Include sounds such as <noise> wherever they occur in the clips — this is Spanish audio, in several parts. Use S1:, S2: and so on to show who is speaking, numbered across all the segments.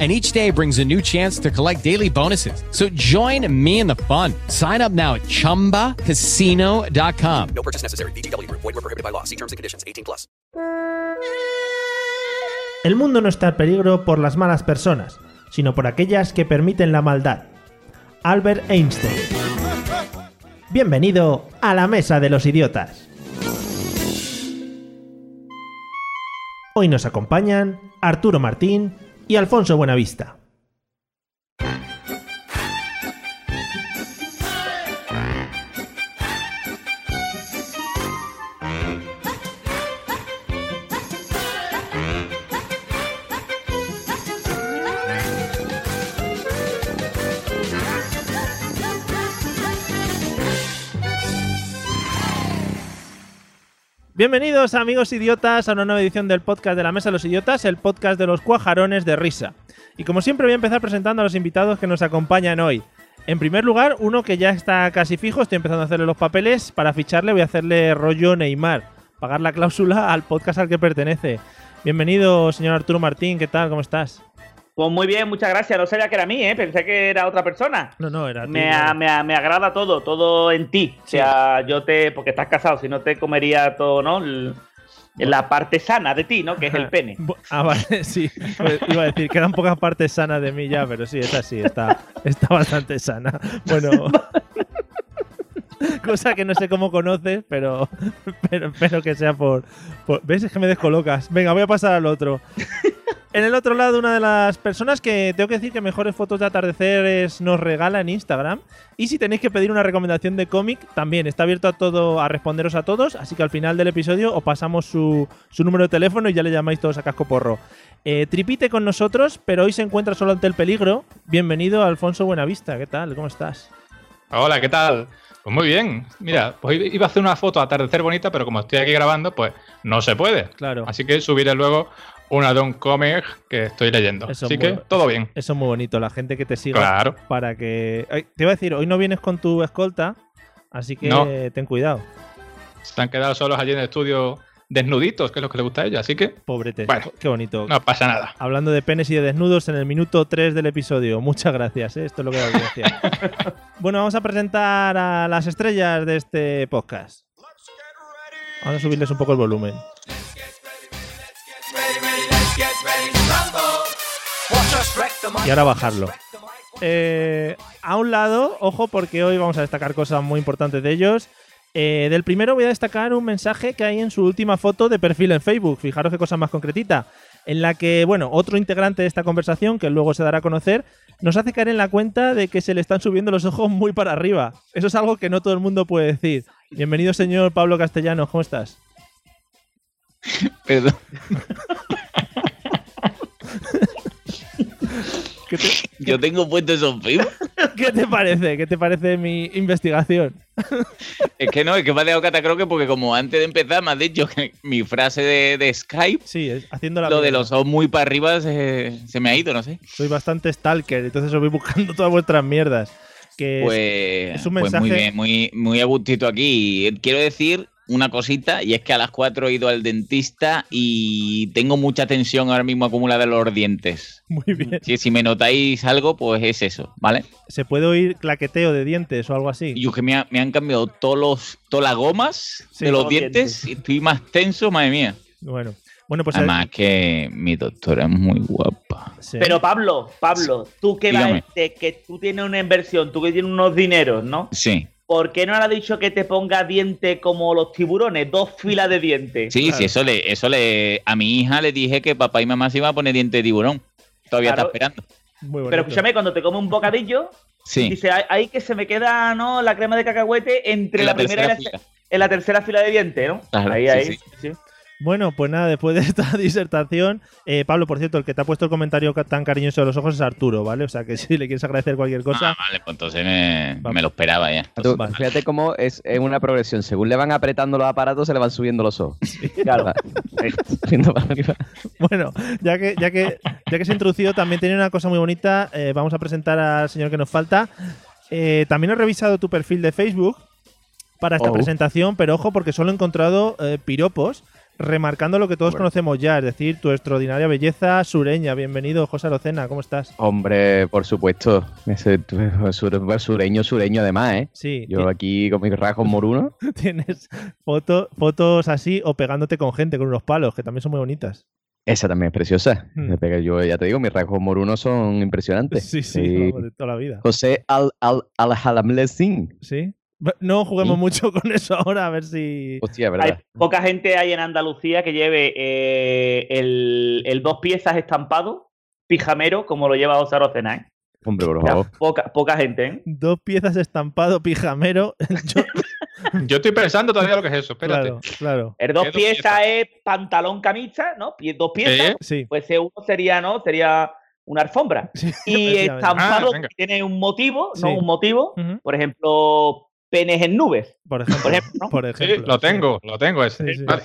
S1: and each day brings a new chance to collect daily bonuses. So join me in the fun. Sign up now at ChumbaCasino.com.
S2: No purchase necessary. VGW Group. Void were prohibited by law. See terms and conditions. 18 plus.
S3: El mundo no está en peligro por las malas personas, sino por aquellas que permiten la maldad. Albert Einstein. Bienvenido a la Mesa de los Idiotas. Hoy nos acompañan Arturo Martín y Alfonso Buenavista. Bienvenidos amigos idiotas a una nueva edición del podcast de la Mesa de los Idiotas, el podcast de los cuajarones de risa. Y como siempre voy a empezar presentando a los invitados que nos acompañan hoy. En primer lugar, uno que ya está casi fijo, estoy empezando a hacerle los papeles, para ficharle voy a hacerle rollo Neymar, pagar la cláusula al podcast al que pertenece. Bienvenido, señor Arturo Martín, ¿qué tal? ¿Cómo estás?
S4: Pues muy bien, muchas gracias. No sabía que era mí, ¿eh? pensé que era otra persona.
S3: No, no, era a ti,
S4: Me,
S3: no.
S4: a- me, a- me agrada todo, todo en ti. O sea, yo te. Porque estás casado, si no te comería todo, ¿no? El- la parte sana de ti, ¿no? Que
S3: <laughs>
S4: es el pene.
S3: Bu- Ah, vale, <laughs> sí. Pues iba a decir, quedan pocas partes sanas de mí ya, pero sí, esta sí, está, está bastante sana. Bueno. <laughs> Cosa que no sé cómo conoces, pero, pero espero que sea por, por- ¿Ves? Es que me descolocas. Venga, voy a pasar al otro. En el otro lado, una de las personas que tengo que decir que mejores fotos de atardeceres nos regala en Instagram. Y si tenéis que pedir una recomendación de cómic, también está abierto a todo a responderos a todos. Así que al final del episodio os pasamos su, su número de teléfono y ya le llamáis todos a casco porro. Eh, tripite con nosotros, pero hoy se encuentra solo ante el peligro. Bienvenido, Alfonso Buenavista. ¿Qué tal? ¿Cómo estás?
S5: Hola, ¿qué tal? Pues muy bien. Mira, pues i- iba a hacer una foto atardecer bonita, pero como estoy aquí grabando, pues no se puede.
S3: Claro.
S5: Así que subiré luego una de un cómic que estoy leyendo.
S3: Eso
S5: Así
S3: es
S5: que
S3: muy-
S5: todo bien.
S3: Eso es muy bonito, la gente que te siga
S5: Claro.
S3: para que... Ay, te iba a decir, hoy no vienes con tu escolta, así que
S5: No.
S3: ten cuidado.
S5: Se han quedado solos allí en el estudio desnuditos, que es lo que le gusta a ella. Así que
S3: Pobrete.
S5: Bueno.
S3: Qué bonito.
S5: no pasa
S3: <laughs>
S5: nada.
S3: Hablando de penes y de desnudos en el minuto 3 del episodio. Muchas gracias, ¿eh? esto es lo que da audiencia. bueno, vamos a presentar a las estrellas de este podcast. Vamos a subirles un poco el volumen. Y ahora bajarlo. Eh, a un lado, ojo, porque hoy vamos a destacar cosas muy importantes de ellos. Eh, del primero voy a destacar un mensaje que hay en su última foto de perfil en Facebook. Fijaros qué cosa más concretita. En la que, bueno, otro integrante de esta conversación, que luego se dará a conocer, nos hace caer en la cuenta de que se le están subiendo los ojos muy para arriba. Eso es algo que no todo el mundo puede decir. Bienvenido, señor Pablo Castellanos, ¿cómo
S6: <laughs>
S3: estás?
S6: Perdón.
S3: ¿Qué te,
S6: Yo tengo puesto esos pibos.
S3: qué te parece? ¿Qué te parece mi investigación?
S6: Es que no, es que me ha dejado catacroque porque como antes de empezar me has dicho que mi frase de, de Skype,
S3: Sí, es- haciendo la
S6: lo de
S3: mierda.
S6: los ojos muy para arriba se, se me ha ido, no sé.
S3: Soy bastante stalker, entonces os voy buscando todas vuestras mierdas. Que es-
S6: Pues,
S3: es un
S6: pues muy
S3: mensaje-
S6: bien, muy, muy a gustito aquí. Y Quiero decir una cosita y es que a las 4 he ido al dentista y tengo mucha tensión ahora mismo acumulada en los dientes.
S3: muy bien.
S6: Si, si me notáis algo, pues es eso, ¿vale?
S3: ¿Se puede oír claqueteo de dientes o algo así?
S6: Yo que me, ha- me han cambiado todos los, todas las gomas
S3: Sí,
S6: de
S3: todos
S6: los
S3: los
S6: dientes, y estoy más tenso, madre mía.
S3: Bueno, bueno pues...
S6: Además que mi doctora es muy guapa.
S3: sí.
S4: Pero Pablo, Pablo, tú que
S6: Dígame.
S4: vas- de que tú tienes una inversión, tú que tienes unos dineros, ¿no?
S6: Sí,
S4: ¿Por qué no le has dicho que te ponga diente como los tiburones? Dos filas de dientes.
S6: sí,
S3: Claro.
S6: sí, eso le, eso le, a mi hija le dije que papá y mamá se iban a poner diente de tiburón. Todavía
S4: Claro.
S6: está esperando.
S3: Muy bonito.
S4: Pero escúchame, cuando te come un bocadillo,
S6: Sí.
S4: dice, "Ay, ay, que se me queda, ¿no? La crema de cacahuete entre
S6: en
S4: la, primera y la,
S6: tercera fila.
S4: en la tercera fila de dientes, ¿no?
S6: Claro,
S4: ahí,
S6: sí,
S4: ahí.
S6: sí.
S4: sí.
S3: Bueno, pues nada, después de esta <laughs> disertación, eh, Pablo, por cierto, el que te ha puesto el comentario ca- tan cariñoso de los ojos es Arturo, ¿vale? O sea que si le quieres agradecer cualquier cosa.
S6: Ah, vale, pues entonces me,
S3: Vamos.
S6: me lo esperaba ya.
S7: Ah, Tú, <laughs>
S3: Vale.
S7: Fíjate cómo es, es una progresión. Según le van apretando los aparatos, se le van subiendo los ojos.
S4: Claro.
S7: <laughs> Subiendo para arriba.
S3: <laughs> Bueno, ya que, ya que, ya que se ha introducido, también tiene una cosa muy bonita. eh, vamos a presentar al señor que nos falta. Eh, también he revisado tu perfil de Facebook para esta
S7: Oh.
S3: presentación, pero ojo, porque solo he encontrado eh, piropos, remarcando lo que todos
S7: Bueno.
S3: conocemos ya, es decir, tu extraordinaria belleza sureña. Bienvenido, José Arocena, ¿cómo estás?
S7: Hombre, por supuesto. Ese tu- sur- eh, sureño, sureño además, ¿eh?
S3: Sí,
S7: Yo aquí con mis rasgos morunos.
S3: ti- <laughs> tienes foto- fotos así o pegándote con gente, con unos palos, que también son muy bonitas.
S7: Esa también es preciosa.
S3: Hmm.
S7: Me pega- Yo ya te digo, mis rasgos morunos son impresionantes.
S3: Sí, sí,
S7: Sí.
S3: vamos, de toda la vida.
S7: José al al al Halamlesing.
S3: Sí. No juguemos
S7: Sí.
S3: mucho con eso ahora, a ver si...
S7: Hostia,
S4: Hay
S7: ¿verdad?
S4: poca gente hay en Andalucía que lleve eh, el, el dos piezas estampado, pijamero, como lo lleva José Arocena, ¿eh?
S7: Hombre, por
S4: O sea,
S7: favor.
S4: poca, poca gente, ¿eh?
S3: Dos piezas estampado pijamero. <laughs> Yo-
S5: Yo estoy pensando todavía lo que es eso, espérate.
S3: claro, claro.
S4: El dos
S5: ¿Qué dos
S4: piezas
S5: piezas?
S4: es pantalón, camisa, ¿no? Pie- Dos piezas.
S5: ¿Eh?
S3: Sí.
S4: Pues ese uno sería, ¿no? Sería una alfombra.
S3: sí,
S4: <laughs> Y
S3: efectivamente.
S5: Ah,
S4: estampado
S5: venga.
S4: tiene un motivo, ¿no?
S3: Sí. Mm.
S4: Un motivo.
S3: Ujú,
S4: Por ejemplo, penes en nubes.
S3: Por ejemplo.
S4: Por ejemplo, ¿no?
S3: por
S5: Sí,
S3: ejemplo,
S5: lo tengo, lo tengo ese.
S3: Sí, sí.
S5: Vale.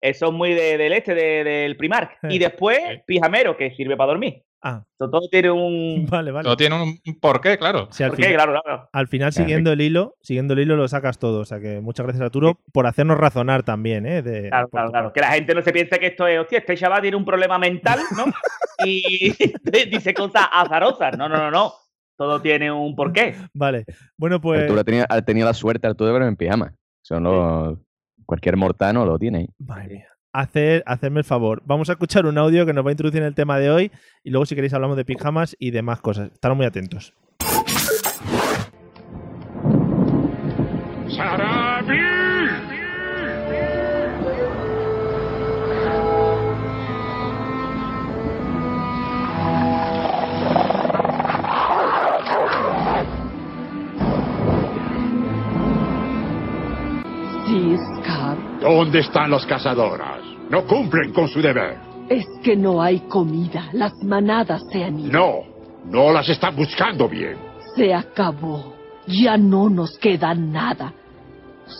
S4: Eso es muy de- del este, de- del
S3: <laughs>
S4: Primark.
S3: Sí.
S4: Y después,
S5: Sí.
S4: pijamero, que sirve para dormir.
S3: Ah,
S4: Eso todo
S3: <laughs>
S4: tiene un...
S3: <laughs> vale, vale.
S5: Todo tiene un, un porqué, claro.
S3: Sí, al,
S4: ¿Por qué?
S3: final,
S4: Claro, claro.
S3: al final,
S7: Claro.
S3: siguiendo el hilo, siguiendo el hilo lo sacas todo. O sea que muchas gracias Arturo por hacernos razonar también, ¿eh? De,
S4: Claro,
S3: por
S4: claro,
S3: tu
S4: claro.
S3: parte.
S4: Que la gente no se piense que esto es, hostia, este chaval tiene un problema mental,
S3: <laughs>
S4: ¿no? y <laughs> dice cosas azarosas. No, no, no, no. Todo tiene un porqué.
S3: <laughs> Vale. Bueno, pues.
S7: Arturo tenía, ha tenido la suerte, Arturo, de verme en pijama. Son los- Cualquier mortano lo tiene.
S3: Madre mía. Eh, Hacer, hacerme el favor. Vamos a escuchar un audio que nos va a introducir en el tema de hoy y luego si queréis hablamos de pijamas y demás cosas. Estar muy atentos.
S8: Sí, Scar.
S9: ¿Dónde están las cazadoras? No cumplen con su deber.
S8: Es que no hay comida. Las manadas se han ido.
S9: No, no las están buscando bien.
S8: Se acabó. Ya no nos queda nada.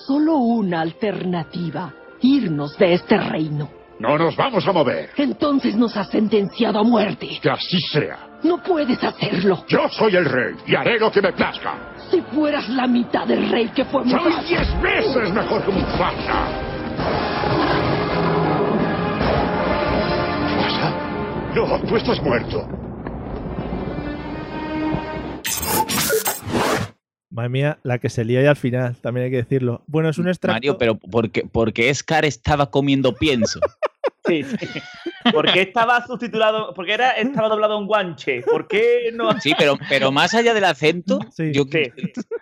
S8: Solo una alternativa. Irnos de este reino.
S9: No nos vamos a mover.
S8: Entonces nos has sentenciado a muerte.
S9: Que así sea.
S8: No puedes hacerlo.
S9: Yo soy el rey y haré lo que me plazca.
S8: Si fueras la mitad del rey que fue
S9: Soy
S8: Mufasa-
S9: diez veces mejor que Mufasa. ¿Mufasa? No, tú estás muerto.
S3: Madre mía, la que se lía y al final, también hay que decirlo. Bueno, es un extracto.
S6: Mario, pero porque, porque Scar estaba comiendo pienso.
S4: Sí, sí. ¿Por qué estaba sustitulado? ¿Por qué era, estaba doblado en guanche? ¿Por qué no?
S6: Sí, pero, pero más allá del acento,
S3: Sí.
S6: yo-
S4: Sí.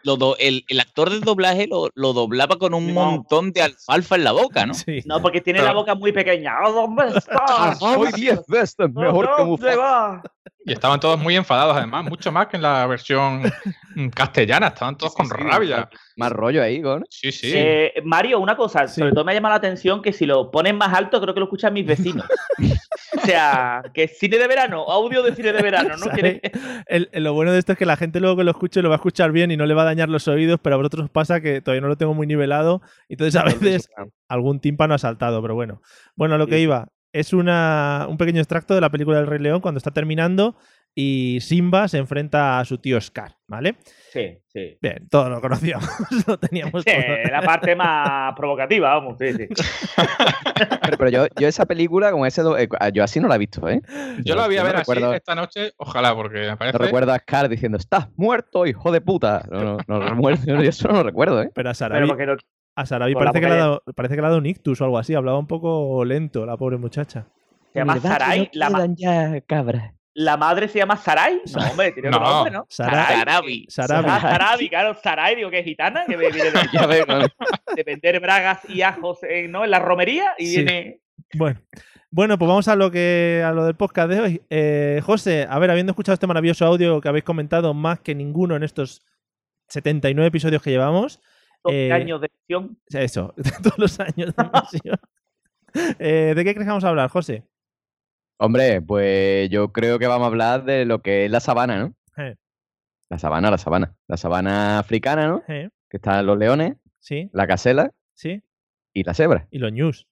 S6: lo do- el, el actor de doblaje lo, lo doblaba con un
S4: No.
S6: montón de alfalfa en la boca, ¿no?
S3: <laughs> Sí.
S4: No, porque tiene la boca muy pequeña. ¡Ah, ¿Dónde estás?
S7: Soy diez veces mejor que
S4: ¿Dónde
S7: Mufasa.
S4: vas?
S5: Y estaban todos muy enfadados, además, mucho más que en la
S3: <laughs>
S5: versión mm, castellana. Estaban todos
S7: Sí,
S5: con
S7: sí, sí,
S5: rabia.
S7: Más rollo ahí, ¿no?
S5: Sí, sí.
S4: Eh, Mario, una cosa,
S3: Sí.
S4: sobre todo me ha llamado la atención que si lo ponen más alto, creo que lo escuchan mis vecinos. o sea, que cine de verano, audio de cine de verano,
S3: <laughs>
S4: ¿no?
S3: ¿Sabes?
S4: ¿Quieres-
S3: El- el- lo bueno de esto es que la gente luego que lo escuche lo va a escuchar bien y no le va a dañar los oídos, pero a vosotros os pasa que todavía no lo tengo muy nivelado, entonces a veces algún tímpano ha saltado, pero bueno. Bueno, a lo que
S4: Sí.
S3: iba, es una, un pequeño extracto de la película del Rey León cuando está terminando y Simba se enfrenta a su tío Scar, ¿vale?
S4: Sí, sí.
S3: Bien, todo lo conocíamos, <laughs> lo teníamos
S4: Sí,
S3: todo.
S4: la parte más provocativa, vamos. Sí, sí.
S7: Pero, pero yo, yo esa película con ese... do- eh, Yo así no la he visto, ¿eh?
S5: Yo la voy a
S7: no
S5: ver así
S7: recuerdo-
S5: esta noche, ojalá, porque me
S7: No
S5: parece.
S7: recuerdo a Scar diciendo, estás muerto, hijo de puta. No, no, no, recuerdo- yo eso no lo recuerdo, ¿eh?
S3: Pero a
S4: Pero
S3: Sarabi,
S4: porque no-
S3: a Sarabi
S4: con la
S3: parece, que le ha
S4: boca
S3: dado, parece que le ha dado un ictus o algo así, hablaba un poco lento la pobre muchacha.
S4: se llama Sarai. La, ma-
S7: ya cabra.
S4: la madre se llama Sarai. No, hombre, tiene
S5: No.
S4: otro nombre, ¿no?
S3: Sara-
S6: Sarabi.
S3: Sarabi.
S4: Ah, Sarabi, claro, Sarai, digo que es gitana, que me viene de-
S7: <laughs> Ya veo, ¿no?
S4: de vender bragas y ajos eh, ¿no? en la romería y
S3: Sí.
S4: viene.
S3: Bueno, bueno, pues vamos a lo que a lo del podcast de hoy. Eh, José, a ver, habiendo escuchado este maravilloso audio que habéis comentado más que ninguno en estos 79 episodios que llevamos,
S4: doce
S3: Eh, <laughs>
S4: años de edición.
S3: o sea, eso, todos los años de emisión. Eh, ¿De qué crees que vamos a hablar, José?
S7: Hombre, pues yo creo que vamos a hablar de lo que es la sabana, ¿no?
S3: Eh.
S7: La sabana, la sabana. La sabana africana, ¿no?
S3: Eh,
S7: Que están los leones,
S3: Sí,
S7: la casela
S3: sí.
S7: y la cebra.
S3: Y los news.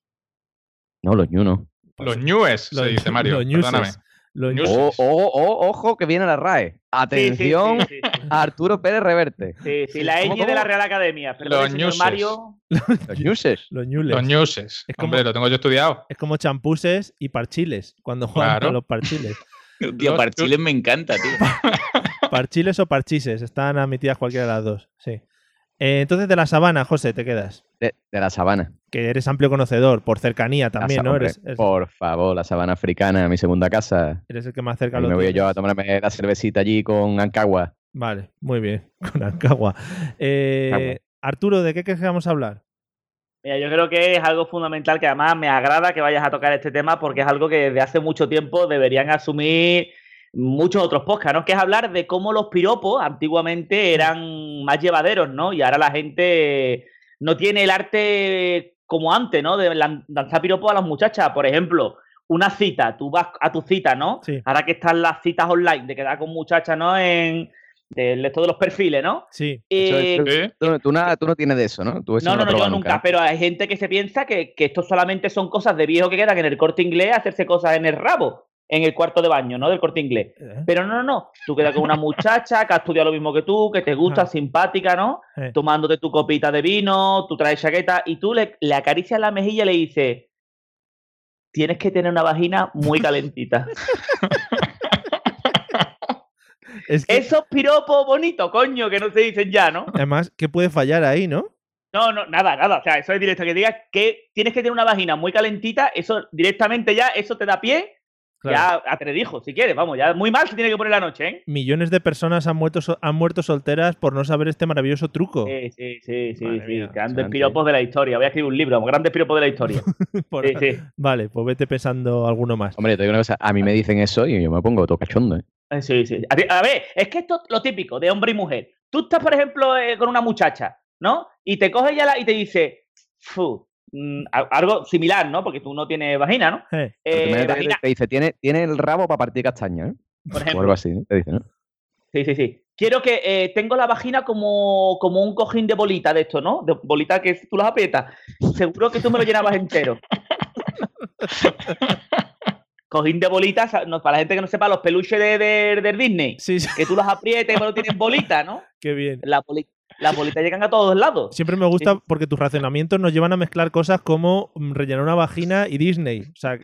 S7: No, los ñunos.
S5: Los ñues,
S3: Los-
S5: se dice Mario.
S3: los ñuses.
S5: Perdóname.
S3: Los
S5: News.
S7: Oh, oh, oh, ojo, que viene la RAE.
S4: Sí, sí, sí,
S7: Atención
S4: sí, sí, sí.
S7: a Arturo Pérez Reverte.
S4: Sí, sí, la
S7: ¿Cómo,
S4: ñ de
S7: cómo?
S4: la Real Academia. Perdón,
S5: Los
S4: señor
S5: ñuses.
S4: Mario.
S3: <laughs>
S7: Los ñuses.
S3: Los ñules.
S5: Los ñuses.
S3: Es como-
S5: Hombre, lo tengo yo estudiado.
S3: Es como champuses y parchiles, cuando juegan
S5: Claro.
S3: con los parchiles.
S6: Tío, Parchiles me encanta, tío.
S3: Parchiles o parchises, están admitidas cualquiera de las dos. Sí. Eh, entonces, de la sabana, José, te quedas.
S7: De, de la sabana.
S3: Que eres amplio conocedor, por cercanía
S7: La
S3: también,
S7: sa-
S3: ¿no?
S7: hombre,
S3: Eres, eres-
S7: Por favor, la sabana africana, mi segunda casa.
S3: eres el que más cerca
S7: Ahí
S3: lo
S7: me voy
S3: tienes.
S7: yo a tomarme la cervecita allí con Ancagua.
S3: Vale, muy bien, <laughs> con Arcagua. Eh,
S7: Arcagua.
S3: Arturo, ¿de qué crees que vamos a hablar?
S4: Mira, yo creo que es algo fundamental que además me agrada que vayas a tocar este tema porque es algo que desde hace mucho tiempo deberían asumir muchos otros podcasts, ¿no? Que es hablar de cómo los piropos antiguamente eran más llevaderos, ¿no? Y ahora la gente no tiene el arte como antes, ¿no? De lan- lanzar piropos a las muchachas. Por ejemplo, una cita, tú vas a tu cita, ¿no?
S3: Sí.
S4: Ahora que están las citas online, de quedar con muchachas, ¿no? En de, esto de los perfiles, ¿no?
S3: Sí,
S7: Eso es
S4: Eh,
S7: cierto.
S5: Sí.
S7: Tú, tú na- tú no tienes de eso, ¿no? Tú Pues eso
S4: no, no, no,
S7: lo has
S4: yo
S7: probado
S4: nunca, pero hay gente que se piensa que, que esto solamente son cosas de viejo que quedan en el corte inglés, hacerse cosas en el rabo, en el cuarto de baño, ¿no? Del corte inglés.
S3: eh,
S4: Pero no, no, no. Tú quedas con una muchacha que ha estudiado lo mismo que tú, que te gusta,
S3: Ah.
S4: simpática, ¿no?
S3: eh,
S4: Tomándote tu copita de vino, tú traes chaqueta y tú le, le acaricias la mejilla y le dices, tienes que tener una vagina
S3: <laughs>
S4: muy calentita.
S3: es que,
S4: Esos piropos bonitos, coño, que no se dicen ya, ¿no?
S3: Además, ¿qué puede fallar ahí, no?
S4: No, no, nada, nada. O sea, eso es directo. Que digas que tienes que tener una vagina muy calentita, eso directamente ya, eso te da pie. Ya a tres hijos, si quieres, vamos, ya muy mal se tiene que poner la noche, ¿eh?
S3: Millones de personas han muerto, so- han muerto solteras por no saber este maravilloso truco.
S4: Sí, sí, sí, sí,
S3: Madre
S4: sí.
S3: mía,
S4: grandes
S7: Oh. Santi.
S4: piropos de la historia. Voy a escribir un libro, grandes piropos de la
S7: <laughs>
S4: historia.
S3: <laughs> Por-
S4: Sí, sí.
S3: Vale, pues vete pensando alguno más.
S7: ¿eh? Hombre, te digo una cosa. A mí me dicen eso y yo me pongo todo cachondo, ¿eh?
S4: Eh, sí, sí. A, ti- a ver, es que esto es lo típico de hombre y mujer. Tú estás, por ejemplo, eh, con una muchacha, ¿no? Y te coge ella la, y te dice, "Fu", mm, a- algo similar, ¿no? Porque tú no tienes vagina, ¿no?
S3: Eh,
S7: Pero
S4: Eh,
S7: tú me- te-
S4: vagina,
S7: te dice, tiene, tiene el rabo para partir castaña, ¿eh?
S4: por
S7: O
S4: ejemplo.
S7: algo así, ¿no? Te dice, ¿no?
S4: Sí, sí, sí. Quiero que eh, tengo la vagina como, como un cojín de bolita de esto, ¿no? De bolita que tú las aprietas. Seguro que tú me lo
S3: <laughs>
S4: llenabas entero. cojín de bolitas, no, para la gente que no sepa, los peluches de, de- de Disney.
S3: sí, <laughs> sí,
S4: Que tú los aprietas y no tienen bolita, ¿no?
S3: qué bien.
S4: La boli- Las bolitas llegan a todos lados.
S3: Siempre me gusta porque tus racionamientos nos llevan a mezclar cosas como mm, rellenar una vagina y Disney. O sea,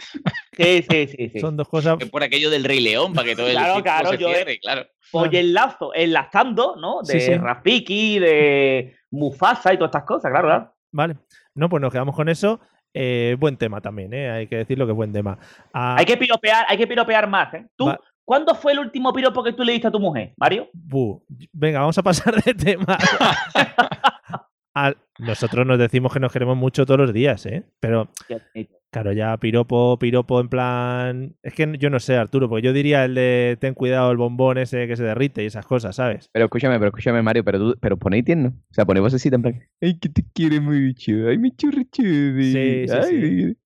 S4: Sí, sí, sí. sí.
S3: son dos cosas.
S6: Es por aquello del Rey León, para que todo el
S4: Claro,
S6: círculo
S4: claro,
S6: se
S4: yo- eh.
S6: cierre, claro.
S4: Oye, Pues el lazo, enlazando, ¿no? De
S3: Sí, sí.
S4: Rafiki, de Mufasa y todas estas cosas, claro, claro.
S3: Vale. No, pues nos quedamos con eso. Eh, buen tema también, ¿eh? Hay que decirlo que buen tema. Ah,
S4: Hay que piropear, hay que piropear más, ¿eh? ¿Tú,
S3: Va-
S4: ¿Cuándo fue el último piropo que tú le diste a tu mujer, Mario?
S3: bu, venga, vamos a pasar de
S7: <laughs>
S3: tema. Al- nosotros nos decimos que nos queremos mucho todos los días, ¿eh? Pero Claro, ya piropo, piropo en plan. Es que yo no sé, Arturo, porque yo diría el de ten cuidado el bombón ese que se derrite y esas cosas, ¿sabes?
S7: Pero escúchame, pero escúchame, Mario, pero, tú, pero ponéis tierno. O sea, ponéis vocecita en plan, ay, que te quiere mucho, ay, mi churri churri.
S3: Sí, sí,
S7: ay,
S3: sí.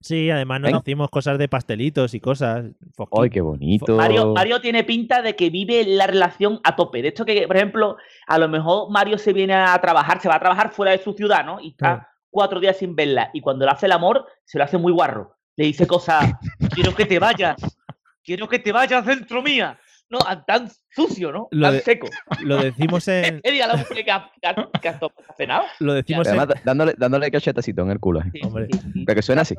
S3: Sí, además nos
S7: Venga.
S3: hicimos cosas de pastelitos y cosas. Fosqui-
S7: ay, qué bonito.
S4: Mario, Mario tiene pinta de que vive la relación a tope. De hecho, que, por ejemplo, a lo mejor Mario se viene a trabajar, se va a trabajar fuera de su ciudad, ¿no? Y está
S3: Claro.
S4: cuatro días sin verla. Y cuando le hace el amor, se lo hace muy guarro. Le dice cosas,
S3: <laughs>
S4: quiero que te vayas, quiero que te vayas dentro mía. No, Tan- tan sucio, ¿no?
S3: Lo
S4: tan
S3: de- <laughs>
S4: seco.
S3: Lo decimos en.
S4: ¿Qué diría la mujer que ha, que ha- que ha to- ha cenado?
S3: Lo decimos en.
S7: Además, da- dándole, dándole cachetacito en el culo. ¿eh?
S4: Sí,
S3: Hombre.
S4: sí, sí.
S7: Pero que suena así.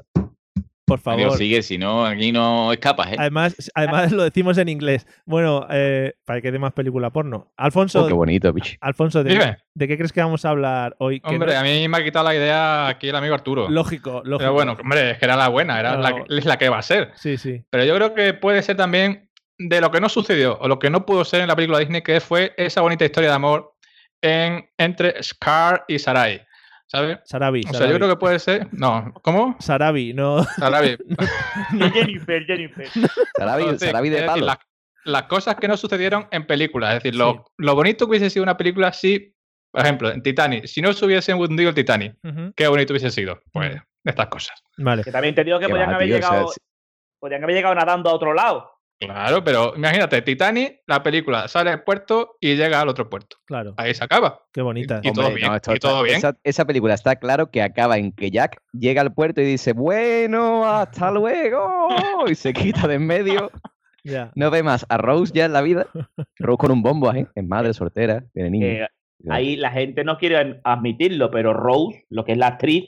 S3: Por
S6: Mario,
S3: favor.
S6: sigue, si no, aquí no escapas, ¿eh?
S3: Además, además lo decimos en inglés. Bueno, eh, para que dé más película porno. Alfonso,
S7: Oh, qué
S4: <laughs>
S7: bonito, bicho.
S3: Alfonso, ¿de,
S5: Dime.
S3: de qué crees que vamos a hablar hoy? Que
S5: Hombre,
S3: no-
S5: a mí me ha quitado la idea aquí el amigo Arturo.
S3: Lógico, lógico.
S5: Pero bueno, hombre, es que era la buena, era la,
S3: Claro.
S5: que- es la que va a ser.
S3: Sí, sí.
S5: Pero yo creo que puede ser también de lo que no sucedió o lo que no pudo ser en la película Disney, que fue esa bonita historia de amor en, entre Scar y Sarai. ¿Sabes?
S3: Sarabi.
S5: O sea, yo creo que puede ser. No, ¿cómo?
S3: Sarabi, no. <laughs>
S5: Sarai.
S4: <laughs> Jennifer, Jennifer.
S7: Sarabi,
S5: Entonces,
S7: Sarabi
S5: es
S7: de
S5: decir,
S7: palo.
S5: las, las cosas que no sucedieron en películas. Es decir,
S3: Sí.
S5: lo, lo bonito que hubiese sido una película si, por ejemplo, en Titanic, si no se hubiese hundido el Titanic,
S3: Ujú.
S5: qué bonito hubiese sido. Pues
S7: Mm.
S5: de estas cosas.
S3: Vale.
S4: Que también te digo que
S7: Qué
S4: podrían
S7: va,
S4: haber
S7: tío, o sea,
S4: llegado.
S7: es-
S4: Podrían haber llegado nadando a otro lado.
S5: Claro, pero imagínate, Titanic, la película sale del puerto y llega al otro puerto.
S3: Claro,
S5: Ahí se acaba.
S3: qué bonita.
S5: Y todo bien, y todo bien.
S7: Esa, esa película está claro que acaba en que Jack llega al puerto y dice, bueno,
S4: <laughs>
S7: hasta luego, y se quita de en medio.
S3: Ya.
S7: No ve más a Rose ya en la vida. Rose con un bombo, ¿eh? es madre soltera, tiene niños.
S4: Eh, ahí la gente no quiere am- admitirlo, pero Rose, lo que es la actriz,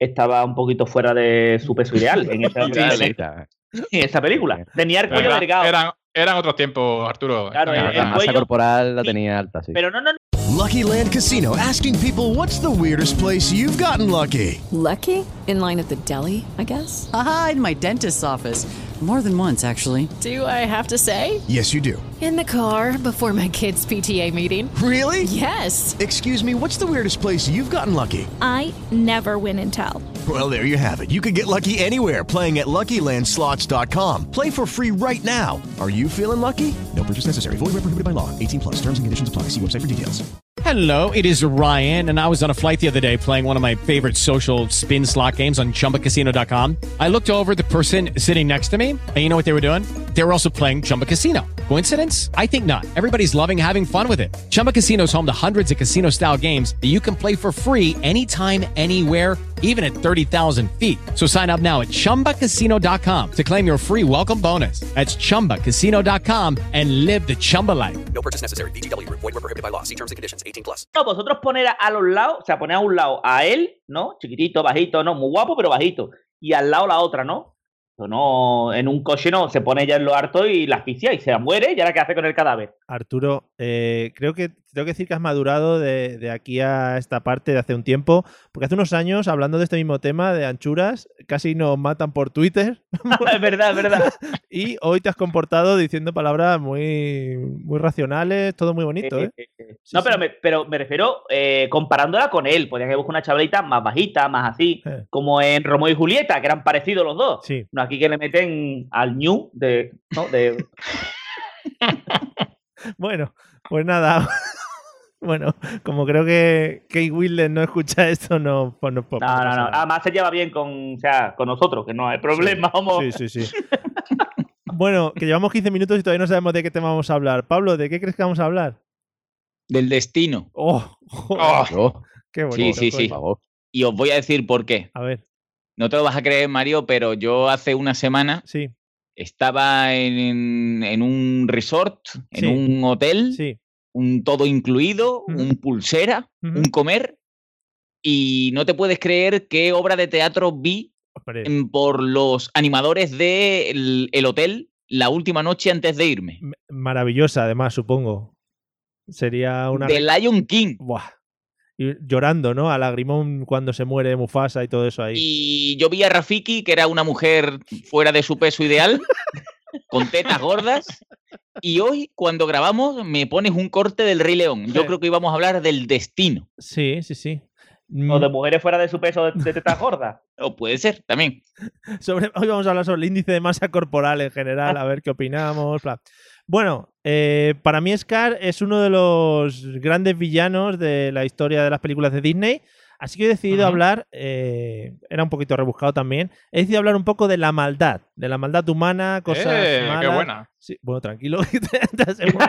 S4: estaba un poquito fuera de su peso ideal en
S5: <laughs>
S4: esta,
S7: Claro,
S4: en
S7: está.
S4: esta película. Tenía el
S5: Pero
S4: cuello
S5: era-
S4: delgado.
S5: eran, eran otros tiempos, Arturo.
S4: Claro,
S5: Eran
S4: eh, el
S5: otros
S7: La, la
S5: tiempos.
S7: masa
S4: cuello-
S7: corporal la tenía alta, sí.
S4: Pero no, no, no,
S10: Lucky Land Casino asking people what's the weirdest place you've gotten lucky?
S11: Lucky? In line at the deli, I guess?
S8: Aha, in my dentist's office. More than once, actually.
S11: Do I have to say?
S10: Yes, you do.
S11: In the car before my kids' PTA meeting.
S10: Really?
S11: Yes.
S10: Excuse me, what's the weirdest place you've gotten lucky?
S11: I never win and tell.
S10: Well, there you have it. You can get lucky anywhere playing at LuckyLandSlots.com. Play for free right now. Are you feeling lucky? No purchase necessary. Void where prohibited by law. 18 plus. Terms and conditions apply. See website for details.
S1: Hello, it is Ryan, and I was on a flight the other day playing one of my favorite social spin slot games on chumbacasino.com. I looked over at the person sitting next to me, and you know what they were doing? They were also playing Chumba Casino. Coincidence? I think not. Everybody's loving having fun with it. Chumba Casino is home to hundreds of casino style games that you can play for free anytime, anywhere even at 30,000 feet. So sign up now at ChumbaCasino.com to claim your free welcome bonus. That's ChumbaCasino.com and live the Chumba life.
S2: No purchase necessary. VGW Group. Void were prohibited by law. See terms and conditions. 18 plus.
S4: no, vosotros poner a, a los lados, o sea, poner a un lado a él, ¿no? Chiquitito, bajito, ¿no? Muy guapo, pero bajito. Y al lado la otra, ¿no? Eso no, en un coche no, se pone ya en lo harto y la asfixia y se muere. ¿Y ahora qué hace con el cadáver? <laughs>
S3: Arturo, eh, creo que tengo que decir que has madurado de, de aquí a esta parte de hace un tiempo, porque hace unos años, hablando de este mismo tema de anchuras, casi nos matan por Twitter
S4: es verdad, es verdad.
S3: y hoy te has comportado diciendo palabras muy, muy racionales, todo muy bonito, ¿eh?
S4: Eh, eh, eh, eh. no, pero,
S3: sí.
S4: Me, pero me refiero eh, comparándola con él. Podrían haber buscado una chavalita más bajita, más así,
S3: Eh.
S4: como en Romeo y Julieta, que eran parecidos los dos.
S3: Sí.
S4: No, aquí que le meten al ñu de.
S3: <laughs>
S4: ¿no? de
S3: Bueno, pues nada. <laughs> Bueno, como creo que Kate Wilde no escucha esto, no, pues no, pues
S4: no,
S3: pasa
S4: no, no.
S3: nada.
S4: Además se lleva bien con, o sea, con nosotros, que no hay problema, vamos.
S3: Sí, sí, sí. Bueno, que llevamos 15 minutos y todavía no sabemos de qué tema vamos a hablar. Pablo, ¿de qué crees que vamos a hablar?
S6: Del destino.
S3: ¡Oh!
S5: Oh,
S7: Oh,
S3: ¡Qué bonito!
S6: Sí, sí, sí.
S7: por favor.
S6: Y os voy a decir por qué.
S3: A ver,
S6: No te lo vas a creer, Mario, pero yo hace una semana
S3: sí,
S6: estaba en, en un resort, en
S3: Sí.
S6: un hotel,
S3: sí.
S6: un todo incluido,
S3: Ujú.
S6: un pulsera,
S3: Ujú.
S6: un comer. Y no te puedes creer qué obra de teatro vi
S3: Hombre,
S6: em, por los animadores del el hotel la última noche antes de irme.
S3: m- maravillosa, además, supongo. Sería una.
S6: De Lion King.
S3: Buah. Y llorando, ¿no? A lagrimón cuando se muere Mufasa y todo eso ahí.
S6: Y yo vi a Rafiki, que era una mujer fuera de su peso ideal, con tetas gordas. Y hoy, cuando grabamos, me pones un corte del Rey León. Yo
S3: Sí.
S6: creo que íbamos a hablar del destino.
S3: Sí, sí, sí.
S4: O de
S3: Mm,
S4: mujeres fuera de su peso de, de tetas
S3: <laughs>
S4: gordas.
S6: O puede ser también.
S3: sobre- hoy vamos a hablar sobre el índice de masa corporal en general,
S5: <laughs>
S3: a ver qué opinamos. bla. Bueno, eh, para mí Scar es uno de los grandes villanos de la historia de las películas de Disney. Así que he decidido
S6: Ajá.
S3: hablar, eh, era un poquito rebuscado también, he decidido hablar un poco de la maldad, de la maldad humana, cosas
S5: eh,
S3: malas.
S5: qué buena.
S3: Sí, bueno, tranquilo. <laughs> que te- te has emo-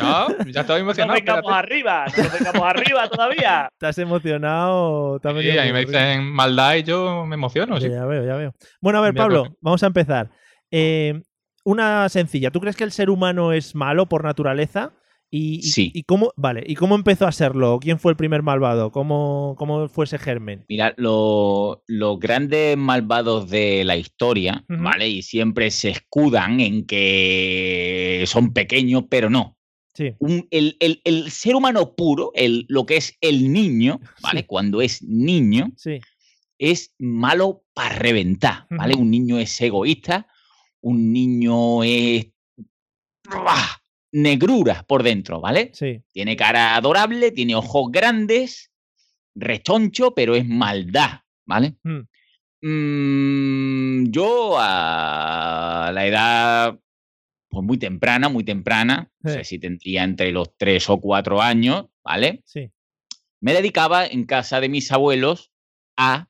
S5: No, ya estaba
S4: No
S5: emocionado.
S4: vengamos
S5: espérate.
S4: arriba, no vengamos arriba todavía.
S3: te has emocionado. te has
S5: Sí,
S3: venido
S5: a mí
S3: muy
S5: me
S3: arriba.
S5: dicen maldad y yo me emociono. sí.
S3: Eh, Ya, ya veo, ya veo. Bueno, a ver,
S5: Mira,
S3: Pablo,
S5: coge.
S3: vamos a empezar. Eh, una sencilla. ¿Tú crees que el ser humano es malo por naturaleza? Y, y-
S6: Sí.
S3: y cómo, vale, ¿y cómo empezó a serlo? ¿Quién fue el primer malvado? ¿Cómo, cómo fue ese germen?
S6: Mira, lo- los grandes malvados de la historia,
S3: Ujú.
S6: ¿vale? Y siempre se escudan en que son pequeños, pero no.
S3: Sí,
S6: un- el, el- el ser humano puro, el, lo que es el niño, ¿vale?
S3: Sí.
S6: Cuando es niño,
S3: sí,
S6: es malo para reventar, ¿vale?
S3: Ujú.
S6: Un niño es egoísta, un niño es... ¡Buah! negrura por dentro, ¿vale?
S3: sí.
S6: Tiene cara adorable, tiene ojos grandes, rechoncho, pero es maldad, ¿vale?
S3: Mm.
S6: Mm, yo a la edad pues muy temprana, muy temprana, no
S3: Sí.
S6: sé si tendría entre los tres o cuatro años, ¿vale?
S3: Sí.
S6: Me dedicaba en casa de mis abuelos a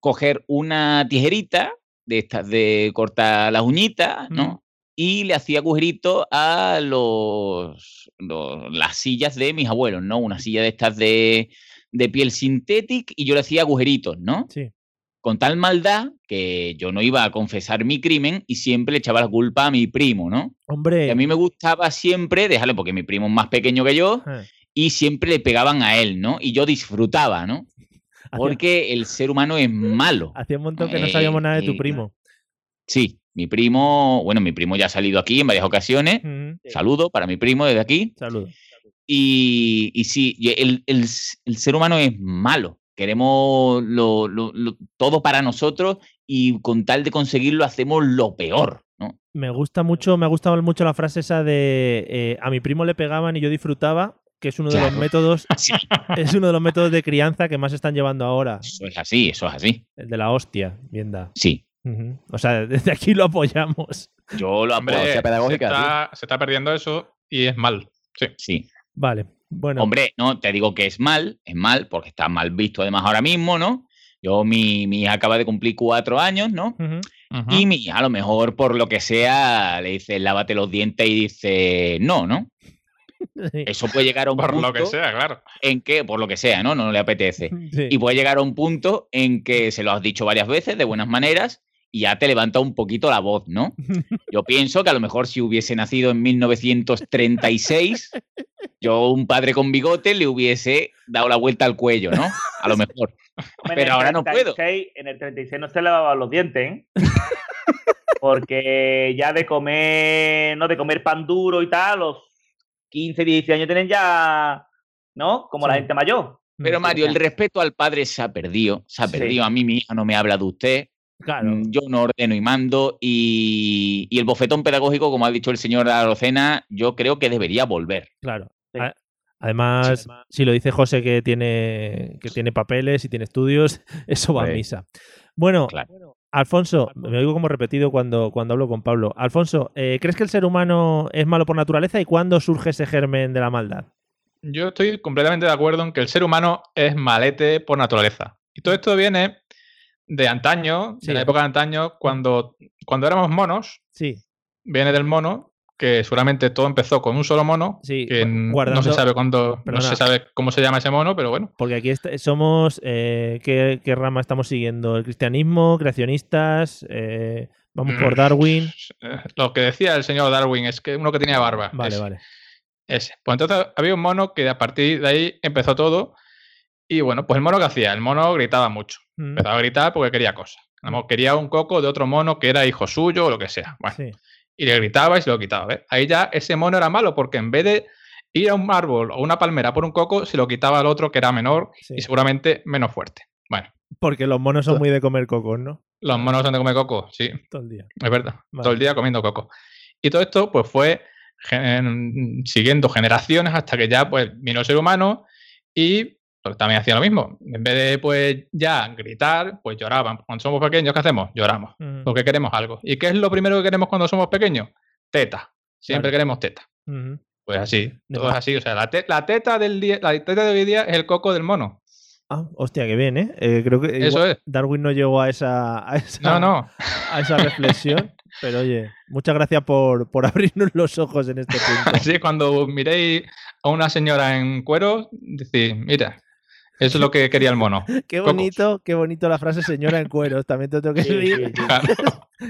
S6: coger una tijerita de estas de cortar las uñitas, ¿no? Y le hacía agujeritos a los, los- las sillas de mis abuelos, ¿no? Una silla de estas de, de piel sintética y yo le hacía agujeritos, ¿no?
S3: Sí.
S6: Con tal maldad que yo no iba a confesar mi crimen y siempre le echaba la culpa a mi primo, ¿no?
S3: Hombre.
S6: Y a mí me gustaba siempre, déjalo porque mi primo es más pequeño que yo, y siempre le pegaban a él, ¿no? Y yo disfrutaba, ¿no? Porque el ser humano es malo.
S3: Hacía un montón que no
S6: Eh,
S3: sabíamos nada de tu
S6: eh,
S3: primo.
S6: Sí, mi primo, bueno, mi primo ya ha salido aquí en varias ocasiones.
S3: Mm.
S6: Saludo para mi primo desde aquí.
S3: Saludos.
S6: Y, y sí, y el, el- el ser humano es malo. Queremos lo- lo- lo- todo para nosotros y con tal de conseguirlo hacemos lo peor, ¿no?
S3: Me gusta mucho, me ha gustado mucho la frase esa de eh, a mi primo le pegaban y yo disfrutaba, que es uno de los
S6: Claro.
S3: métodos,
S6: <laughs> Sí.
S3: es uno de los métodos de crianza que más están llevando ahora.
S6: Eso es así, eso es así.
S3: El de la hostia, bien da.
S6: Sí.
S3: Ujú. O sea, <laughs> desde aquí lo apoyamos.
S6: Yo lo
S5: Hombre,
S6: apoyo.
S5: se, está, se está perdiendo eso y es mal. Sí.
S6: Sí.
S3: Vale. Bueno.
S6: Hombre, no, te digo que es mal, es mal, porque está mal visto además ahora mismo, ¿no? Yo, mi, mi hija acaba de cumplir cuatro años, ¿no?
S3: Ujú.
S6: Y mi hija, a lo mejor, por lo que sea, le dice, lávate los dientes y dice, no, ¿no? Eso puede llegar a
S5: <laughs>
S6: un
S5: Por
S6: punto
S5: lo que sea, claro.
S6: en que, por lo que sea, ¿no? No le apetece.
S3: <laughs> Sí.
S6: Y puede llegar a un punto en que se lo has dicho varias veces de buenas maneras y ya te levanta un poquito la voz,
S3: <laughs>
S6: ¿no? Yo pienso que a lo mejor si hubiese nacido en 1936, yo un padre con bigote le hubiese dado la vuelta al cuello, ¿no? A
S3: <laughs>
S6: lo mejor.
S4: Hombre, en
S6: Pero
S4: el
S6: ahora no puedo.
S4: 36, En el 36 no se lavaban los dientes,
S6: <laughs>
S4: ¿eh? Porque ya de comer, no, de comer pan duro y tal, los 15, 16 años tienen ya, ¿no? Como la gente mayor.
S6: Pero Mario, el respeto al padre se ha perdido, se ha
S4: Sí.
S6: perdido. A mí mi hija no me habla de usted. Mm,
S3: Claro.
S6: Yo no ordeno y mando. Y, y el bofetón pedagógico, como ha dicho el señor Arocena, yo creo que debería volver.
S3: Claro. A- Además, si lo dice José que tiene, que tiene papeles y tiene estudios, <laughs> eso va a
S6: Sí.
S3: misa. Bueno, Alfonso, me oigo como repetido cuando, cuando hablo con Pablo. Alfonso, eh, ¿crees que el ser humano es malo por naturaleza y cuándo surge ese germen de la maldad?
S5: Yo estoy completamente de acuerdo en que el ser humano es malete por naturaleza. Y todo esto viene de antaño,
S3: Sí.
S5: de la época de antaño, cuando, cuando éramos monos,
S3: Sí.
S5: viene del mono, que seguramente todo empezó con un solo mono,
S3: Sí,
S5: que n-
S3: guardando-
S5: no se sabe cuándo, no
S3: Perdona.
S5: se sabe cómo se llama ese mono, pero bueno.
S3: Porque aquí est- somos. eh, ¿qué, qué rama estamos siguiendo? ¿El cristianismo? ¿Creacionistas? Eh, ¿Vamos por
S5: Mm.
S3: Darwin?
S5: Eh, Lo que decía el señor Darwin es que uno que tenía barba.
S3: Vale,
S5: ese,
S3: vale.
S5: ese. Pues entonces había un mono que a partir de ahí empezó todo. Y bueno, pues el mono que hacía, el mono gritaba mucho.
S3: Mm.
S5: Empezaba a gritar porque quería cosas. A lo mejor quería un coco de otro mono que era hijo suyo o lo que sea. Bueno,
S3: Sí.
S5: y le gritaba y se lo quitaba. ¿ves? Ahí ya ese mono era malo porque en vez de ir a un árbol o una palmera por un coco, se lo quitaba al otro que era menor y seguramente menos fuerte. Bueno,
S3: Porque los monos son muy de comer cocos, ¿no?
S5: los monos han de comer coco, sí.
S3: Todo el día.
S5: Es verdad.
S3: Vale.
S5: Todo el día comiendo coco. Y todo esto, pues, fue gen- siguiendo generaciones hasta que ya, pues, vino el ser humano y pues, también hacía lo mismo. En vez de, pues, ya gritar, pues lloraban. Cuando somos pequeños, ¿qué hacemos? Lloramos.
S3: Ujú.
S5: Porque queremos algo. ¿Y qué es lo primero que queremos cuando somos pequeños? Teta. Siempre
S3: Claro.
S5: queremos teta.
S3: Ujú.
S5: Pues así.
S3: De
S5: Todo es
S3: más.
S5: así. O sea, la, te- la teta del día, la teta de hoy día es el coco del mono.
S3: Ah, hostia, qué bien, ¿eh? Eh, creo que
S5: Eso
S3: igual
S5: es.
S3: Darwin no llegó a esa, a esa,
S5: No, no. <laughs>
S3: a esa reflexión. pero oye, muchas gracias por, por abrirnos los ojos en este
S5: <laughs>
S3: punto.
S5: Así cuando miréis a una señora en cuero, decís, mira, eso es lo que quería
S3: <laughs>
S5: el mono.
S3: Qué
S5: Coco".
S3: bonito, qué bonito la frase señora en cueros. También te tengo que
S4: Sí,
S3: decir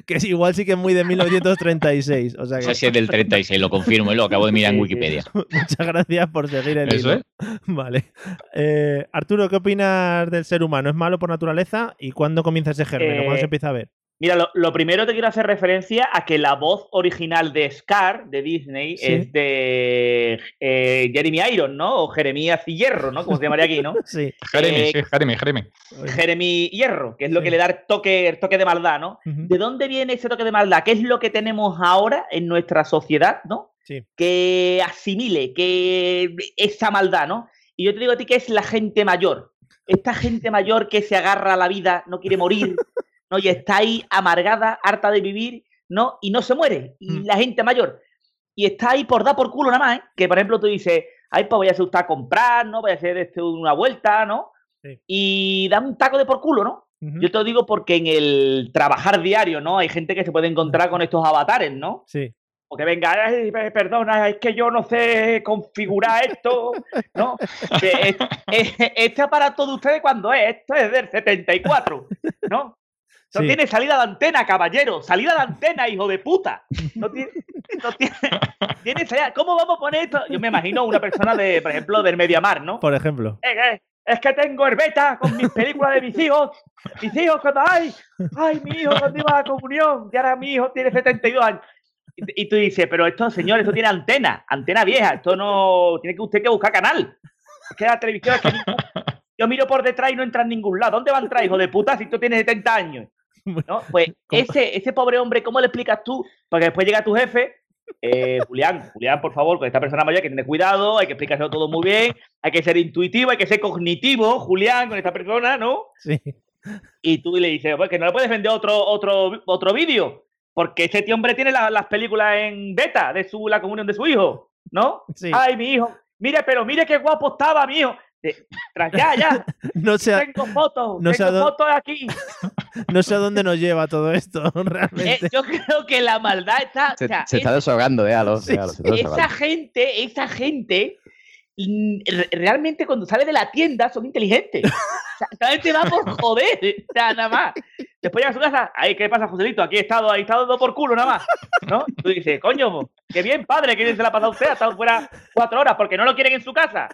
S3: que es igual sí que es muy
S5: <laughs>
S3: de 1936. O sea
S6: No
S3: que
S6: sé si es del 36, lo confirmo, lo acabo de mirar en
S3: Sí, sí.
S6: Wikipedia.
S3: muchas gracias por seguir el
S6: Eso
S3: hilo. <laughs> Vale. Eh, Arturo, ¿qué opinas del ser humano? ¿Es malo por naturaleza? ¿Y cuándo comienza ese germen? ¿O ¿Cuándo
S4: Eh,
S3: se empieza a ver?
S4: Mira, lo, lo primero te quiero hacer referencia a que la voz original de Scar, de Disney,
S3: Sí.
S4: es de eh, Jeremy Iron, ¿no? O Jeremías y Hierro, ¿no? Como se llamaría
S6: <laughs>
S4: aquí, ¿no?
S3: <laughs> Sí.
S5: Jeremy,
S4: Eh,
S5: sí, Jeremy, Jeremy.
S4: Jeremy Hierro, que es lo que le da el toque, el toque de maldad, ¿no? ¿De dónde viene ese toque de maldad? ¿Qué es lo que tenemos ahora en nuestra sociedad, ¿no?
S3: Sí.
S4: Que asimile, que esa maldad, ¿no? Y yo te digo a ti que es la gente mayor. Esta gente mayor que se agarra a la vida, no quiere morir, ¿no? Y está ahí amargada, harta de vivir, ¿no? Y no se muere.
S3: Mm.
S4: Y la gente mayor. Y está ahí por dar por culo nada más, ¿eh? Que por ejemplo tú dices, ay, pues voy a hacer usted a comprar, ¿no? Voy a hacer este una vuelta, ¿no?
S3: Sí.
S4: Y dan un taco de por culo, ¿no? Yo te lo digo porque en el trabajar diario, ¿no? Hay gente que se puede encontrar con estos avatares, ¿no?
S3: Sí.
S4: Porque venga, "Ay, pe- perdona, es que yo no sé configurar esto, ¿no? Eh, eh, eh, Este aparato de ustedes, ¿cuándo es? Esto es del 74, ¿no? No
S3: Sí.
S4: tiene salida de antena, caballero. Salida de antena, hijo de puta. No tiene, no tiene, tiene salida. ¿Cómo vamos a poner esto? Yo me imagino una persona de, por ejemplo, del Mediamar, ¿no?
S3: Por ejemplo.
S4: Es que, Eh, es que tengo herbeta con mis películas de mis hijos. Mis hijos cuando ay, ay, mi hijo cuando iba a la comunión, y ahora mi hijo tiene 72 años. Y, y tú dices, pero esto, señor, esto tiene antena, antena vieja, esto no tiene que usted que buscar canal. Es que la televisión es que ningún- yo miro por detrás y no entra en ningún lado. ¿Dónde va a entrar, hijo de puta, si tú tienes 70 años? ¿No? Pues ese, ese pobre hombre, ¿cómo le explicas tú? Porque después llega tu jefe eh, Julián, Julián, por favor, con esta persona mayor hay que tener cuidado, hay que explicárselo todo muy bien, hay que ser intuitivo, hay que ser cognitivo, Julián, con esta persona, ¿no?
S3: Sí. <laughs>
S4: Y tú le dices, pues que no le puedes vender otro, otro, otro vídeo, porque este tío hombre tiene la- las películas en beta de su, la comunión de su hijo, ¿no?
S3: Sí.
S4: Ay, mi hijo, mire, pero mire qué guapo estaba mi hijo. Eh, Tras ya,
S3: <laughs>
S4: ya,
S3: No sé, a-
S4: tengo fotos,
S3: no sé a
S4: tengo
S3: dó-
S4: fotos
S3: <laughs>
S4: aquí.
S3: no sé a dónde nos lleva todo esto, <laughs>
S4: Eh,
S3: realmente.
S4: yo creo que la maldad está. o
S7: Se,
S4: sea,
S7: se
S4: es-
S7: está desahogando, eh, Alonso,
S3: Sí,
S7: Alonso, se está
S4: esa
S7: desahogando.
S4: gente, esa gente, mm, re- realmente cuando sale de la tienda
S3: <laughs>
S4: son inteligentes. O sea, esa gente va por joder, o sea, nada más. Después llega a su casa, ay, ¿qué pasa, Joselito? Aquí he estado, ahí he estado dando por culo, nada más. ¿No? Y Tú dices, coño, qué bien, padre, que bien se la ha pasado a usted, ha estado fuera cuatro horas porque no lo quieren en su casa.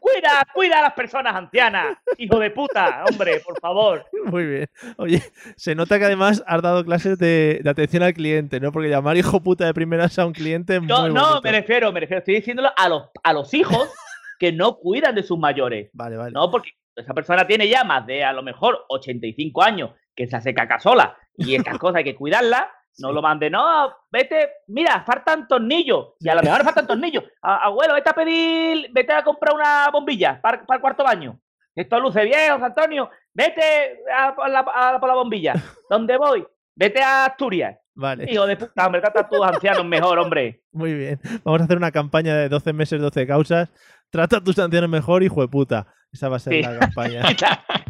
S4: Cuida, cuida a las personas ancianas, hijo de puta, hombre, por favor.
S3: Muy bien. Oye, se nota que además has dado clases de, de atención al cliente, ¿no? Porque llamar hijo puta de primeras a un cliente es
S4: No,
S3: muy
S4: no,
S3: bonito.
S4: me refiero, me refiero, estoy diciéndolo a los, a los hijos que no cuidan de sus mayores.
S3: Vale, vale.
S4: No, porque esa persona tiene ya más de a lo mejor 85 años que se hace caca sola y estas cosas hay que cuidarlas. No lo mande, no, vete, mira, faltan tornillos. Y a lo mejor faltan tornillos. A- abuelo, vete a pedir, vete a comprar una bombilla para, el cuarto baño. Esto luce bien, José Antonio. Vete a, por la, a por la bombilla. ¿Dónde voy? Vete a Asturias.
S3: Vale,
S4: Hijo de puta, hombre, trata a tus ancianos mejor, hombre. <laughs>
S3: muy bien. Vamos a hacer una campaña de 12 meses, 12 causas. Trata a tus sanciones mejor, hijo de puta. Esa va a ser
S4: Sí.
S3: la campaña. <laughs>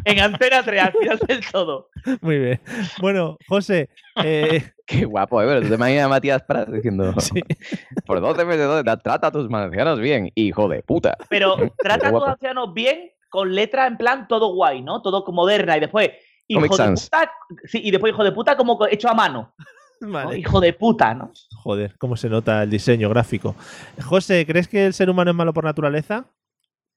S4: En antena 3, al final del todo.
S3: Muy bien. Bueno, José,
S7: <laughs>
S3: eh,
S7: Qué guapo, eh, pero tú te imaginas a Matías Prats diciendo,
S3: <laughs> sí,
S7: por 12 meses, 12, da- trata a tus mancianos bien, hijo de puta. <laughs>
S4: Pero trata a tus
S7: guapo.
S4: ancianos bien, con letra en plan todo guay, ¿no? Todo como moderna. Y después, hijo
S7: Comic
S4: de
S7: Sans.
S4: puta. Sí, y después hijo de puta como co- hecho a mano. ¿no?
S3: vale.
S4: Hijo de puta, ¿no?
S3: Joder, cómo se nota el diseño gráfico. José, ¿crees que el ser humano es malo por naturaleza?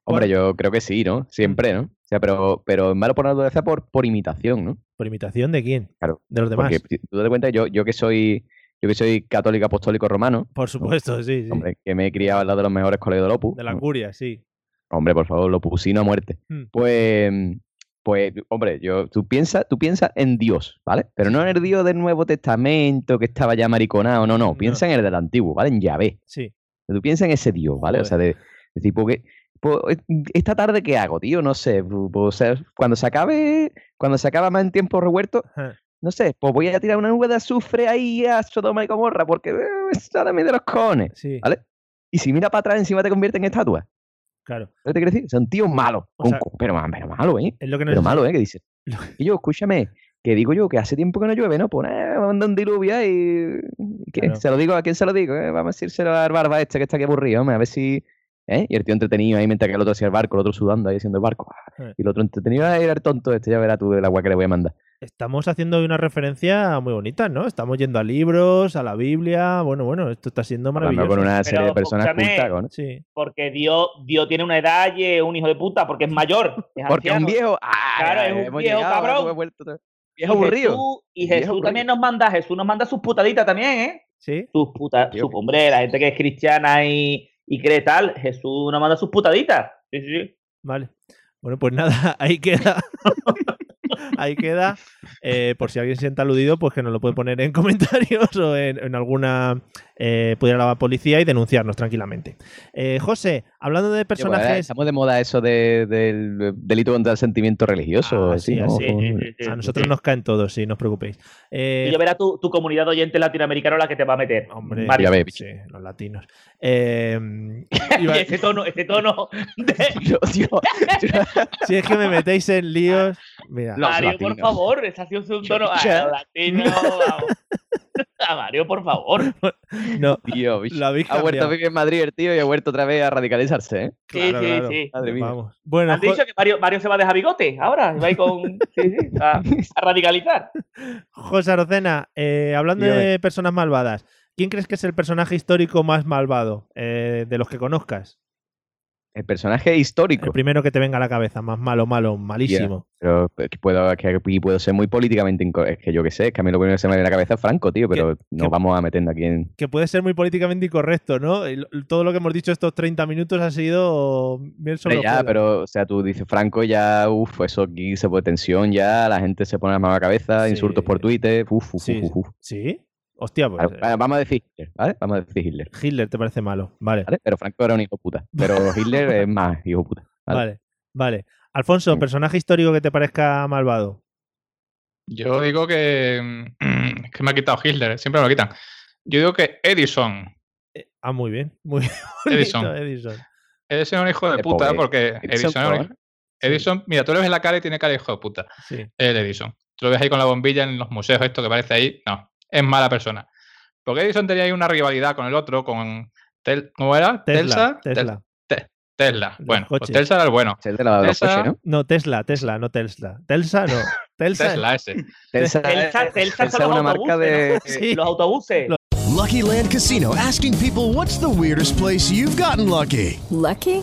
S7: Hombre, yo creo que sí, ¿no? Siempre, ¿no? O sea, pero, pero es malo por naturaleza por, por imitación, ¿no?
S3: ¿Por imitación de quién?
S7: Claro,
S3: De los demás.
S7: Porque si tú te das cuenta, yo, yo que soy, yo que soy católico apostólico romano,
S3: Por supuesto, sí, sí.
S7: hombre, mm. que me he criado al lado de los mejores colegios de Opus.
S3: De la curia, sí.
S7: Hombre, por favor, lo pusino a muerte.
S3: Hmm.
S7: Pues, mm, pues, hombre, yo, tú piensas tú piensa en Dios, ¿vale? Pero no en el Dios del Nuevo Testamento que estaba ya mariconado, no, no,
S3: No.
S7: piensa en el del Antiguo, ¿vale? En Yahvé.
S3: Sí.
S7: Tú piensas en ese Dios, ¿vale? O sea, de, de decir, porque, pues, esta tarde qué hago, tío, no sé, pu- pues, eh, cuando se acabe, cuando se acaba más en tiempo revuelto,
S3: Ajá.
S7: no sé, pues voy a tirar una nube de azufre ahí a Sodoma y Gomorra porque eh, está de los cojones.
S3: Sí,
S7: Ah, Y si mira para atrás, encima te convierte en estatua.
S3: claro.
S7: ¿Qué te quiero decir? Son tíos malos.
S3: O
S7: con
S3: sea-
S7: co- pero, ma- pero malo, ¿eh?
S3: Es lo que nos
S7: Pero malo, ¿eh? Que dice. Y yo, escúchame, que digo yo que hace tiempo que no llueve, ¿no? Pues eh, manda un diluvio y. y que
S3: Claro.
S7: Se lo digo a quién se lo digo, ¿eh? Vamos a decírselo al barba este que está aquí aburrido, hombre, a ver si. ¿Eh? Y el tío entretenido ahí mientras que el otro hacía el barco, el otro sudando ahí haciendo el barco. ah,
S3: Eh.
S7: Y el otro entretenido, ay, el tonto este, ya verás tú el agua que le voy a mandar.
S3: Estamos haciendo hoy una referencia muy bonita, ¿no? Estamos yendo a libros, a la Biblia. Bueno, bueno, esto está siendo
S7: Hablando
S3: maravilloso.
S7: con una
S4: Pero,
S7: serie de personas
S4: escúchame,
S7: cultas, ¿no?
S3: Sí.
S4: Porque Dios, Dios tiene una edad y es un hijo de puta, porque es mayor. es
S7: <laughs> Porque un
S4: anciano.
S7: viejo. ¡Ah!
S4: Claro, es un
S7: hemos
S4: viejo
S7: llegado, ahora
S4: cabrón.
S7: tú has vuelto otra vez.
S4: Y
S7: Viejo aburrido. pues,
S4: Jesús- y
S7: Viejo
S4: Jesús
S7: aburrido.
S4: también nos manda, Jesús nos manda sus putaditas también, ¿eh?
S3: Sí.
S4: Sus putas,
S7: Dios.
S4: sus, hombre, la gente que es cristiana y, y cree tal, Jesús nos manda sus putaditas. Sí, sí, sí.
S3: Vale. Bueno, pues nada, <laughs> ahí queda. ahí queda. Eh, por si alguien se sienta aludido, pues que nos lo puede poner en <laughs> comentarios o en, en alguna. Eh, pudiera la policía y denunciarnos tranquilamente. Eh, José, hablando de
S7: Oye, pues ahora
S3: personajes.
S7: Estamos de moda eso de- del eh, delito contra el sentimiento religioso.
S3: Ah,
S7: así,
S3: sí,
S7: ¿no?
S3: así,
S7: Como-
S4: Sí, eh, sí, sí,
S3: A
S4: sí,
S3: nosotros
S4: sí.
S3: nos caen todos, sí, no os preocupéis. Eh,
S4: Y ya verá tu, tu comunidad de oyentes latinoamericanos la que te va a meter.
S3: Hombre,
S4: Mario.
S7: Ya ve,
S3: sí, los latinos. Eh, <laughs>
S5: <laughs>
S3: iba-
S4: Y ese tono, ese tono de,
S7: <laughs> Yo, tío,
S3: si es que me metéis en líos. Mira,
S4: Mario, por
S12: latinos.
S4: favor, está haciendo un tono a
S12: Chucha.
S5: <laughs>
S4: latino. vamos. <laughs> A Mario, por favor.
S3: No. <laughs>
S7: Tío, bicho.
S3: Lo habéis
S7: ha vuelto a
S3: cambiado.
S7: vivir en Madrid el tío y ha vuelto otra vez a radicalizarse, ¿eh?
S4: Sí, Claro, sí, claro. sí.
S7: Madre mía.
S3: Vamos. Bueno,
S4: Han dicho que Mario, Mario se va a dejar bigote ahora. Va a ir con, sí, sí, a, a
S5: <laughs>
S4: radicalizar.
S3: José Arocena, eh, hablando
S4: Dígame.
S3: de personas malvadas, ¿quién crees que es el personaje histórico más malvado eh, de los que conozcas?
S7: El personaje histórico.
S3: El primero que te venga a la cabeza, más malo, malo, malísimo.
S7: Ya, Pero es que puedo, es que aquí puedo ser muy políticamente incorrecto. Es que yo qué sé, es que a mí lo primero que se me viene a la cabeza es Franco, tío, pero nos vamos a meter aquí en.
S3: Que puede ser muy políticamente incorrecto, ¿no? El- Todo lo que hemos dicho estos 30 minutos ha sido bien solo.
S7: ya, pero, o sea, tú dices Franco, ya, uff, eso aquí se pone tensión, ya, la gente se pone la mano a la cabeza, insultos por Twitter, uff, uff, uff, uff.
S3: Sí. Hostia, pues.
S7: Vale, vale, Vamos a decir Hitler, ¿vale? Vamos a decir Hitler.
S3: Hitler te parece malo, vale.
S7: Pero Franco era un hijo puta.
S3: <laughs>
S7: Pero Hitler es más hijo puta.
S3: Vale. vale, Alfonso, personaje histórico que te parezca malvado.
S5: Yo digo que. mm, <clears throat> Es que me ha quitado Hitler, siempre me lo quitan. Yo digo que Edison.
S3: Ah, muy bien. Muy <laughs> bonito,
S5: Edison.
S3: Edison.
S5: Edison es un hijo de
S3: Eh,
S5: puta,
S3: pobre.
S5: porque
S3: Edison,
S5: Edison. era un
S3: pobre.
S5: hijo- Edison, mira, tú le ves la cara y tiene cara de hijo de puta.
S3: Sí.
S5: El Edison. Tú lo ves ahí con la bombilla en los museos, esto que parece ahí. No, es mala persona. Porque Edison tenía ahí una rivalidad con el otro, con. Tel- ¿Cómo era?
S3: Tesla.
S5: Telsa. Tel-
S3: Tesla.
S5: Tesla. Bueno, pues
S3: coches.
S5: Telsa era el bueno.
S7: Es el de la de los
S5: Tesla.
S7: coches, ¿no?
S3: No, Tesla, Tesla, no Tesla. Telsa,
S5: <laughs>
S3: no. Telsa.
S5: Tesla ese.
S7: Telsa-
S4: Telsa- Telsa son los autobuses, ¿no? Los autobuses.
S10: Lucky Land Casino asking people what's the weirdest place you've gotten lucky?
S11: Lucky?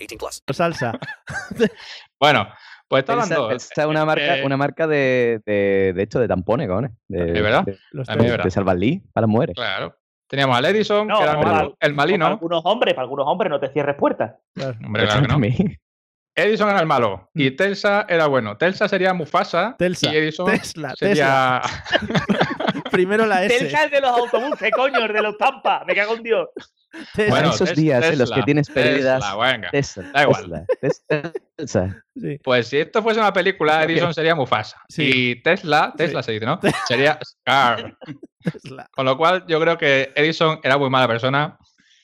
S2: 18 plus.
S3: Salsa.
S5: Bueno, pues está
S7: Telsa-
S5: hablando.
S7: Telsa es una marca,
S5: eh,
S7: una marca de, de, de esto, de tampones, cojones. De,
S5: Es verdad.
S7: De,
S5: Los
S7: de,
S5: tres. Es verdad.
S7: de Salvalí para las mujeres.
S5: Claro. Teníamos al Edison, que era el, mal- el malino.
S4: Para algunos hombres, para algunos hombres, no te cierres puertas.
S5: Hombre, claro
S7: <laughs>
S5: que no. Edison era el malo y Telsa era bueno. Telsa sería Mufasa
S3: Telsa,
S5: y Edison
S3: Mm. Tesla,
S5: sería...
S3: Primero la S.
S4: Telsa es de los autobuses, coño, el de los tampas. Me cago en Dios.
S3: Tesla.
S7: Para esos
S5: Tes-
S7: días en los que
S5: Tesla,
S7: tienes pérdidas.
S5: Tesla, venga.
S7: Tesla,
S5: Da igual.
S7: Tesla, Tes- Telsa.
S5: Pues si esto fuese una película, Edison sería Mufasa. Y Tesla, Tesla se
S3: <laughs>
S5: dice, ¿no? Sería Scar. Con lo cual, yo creo que Edison era muy mala persona.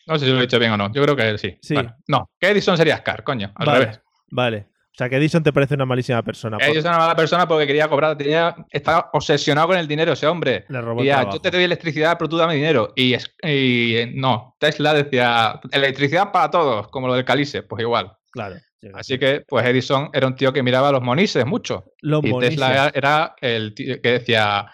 S5: No sé si lo he dicho bien o no. Yo creo que sí. Bueno, no, que Edison sería Scar, coño. Al
S3: Vale,
S5: revés.
S3: Vale. O sea, que Edison te parece una malísima persona. por-
S5: Edison era una mala persona porque quería cobrar. Tenía, estaba obsesionado con el dinero ese hombre.
S3: Le robó el
S5: Y ya,
S3: trabajo.
S5: yo te doy electricidad, pero tú dame dinero. Y, es- y, eh, no, Tesla decía electricidad para todos, como lo del Calice, pues igual.
S3: Claro.
S5: Así que, pues Edison era un tío que miraba a los monises mucho.
S3: Los
S5: y
S3: monises.
S5: Tesla era, era el tío que decía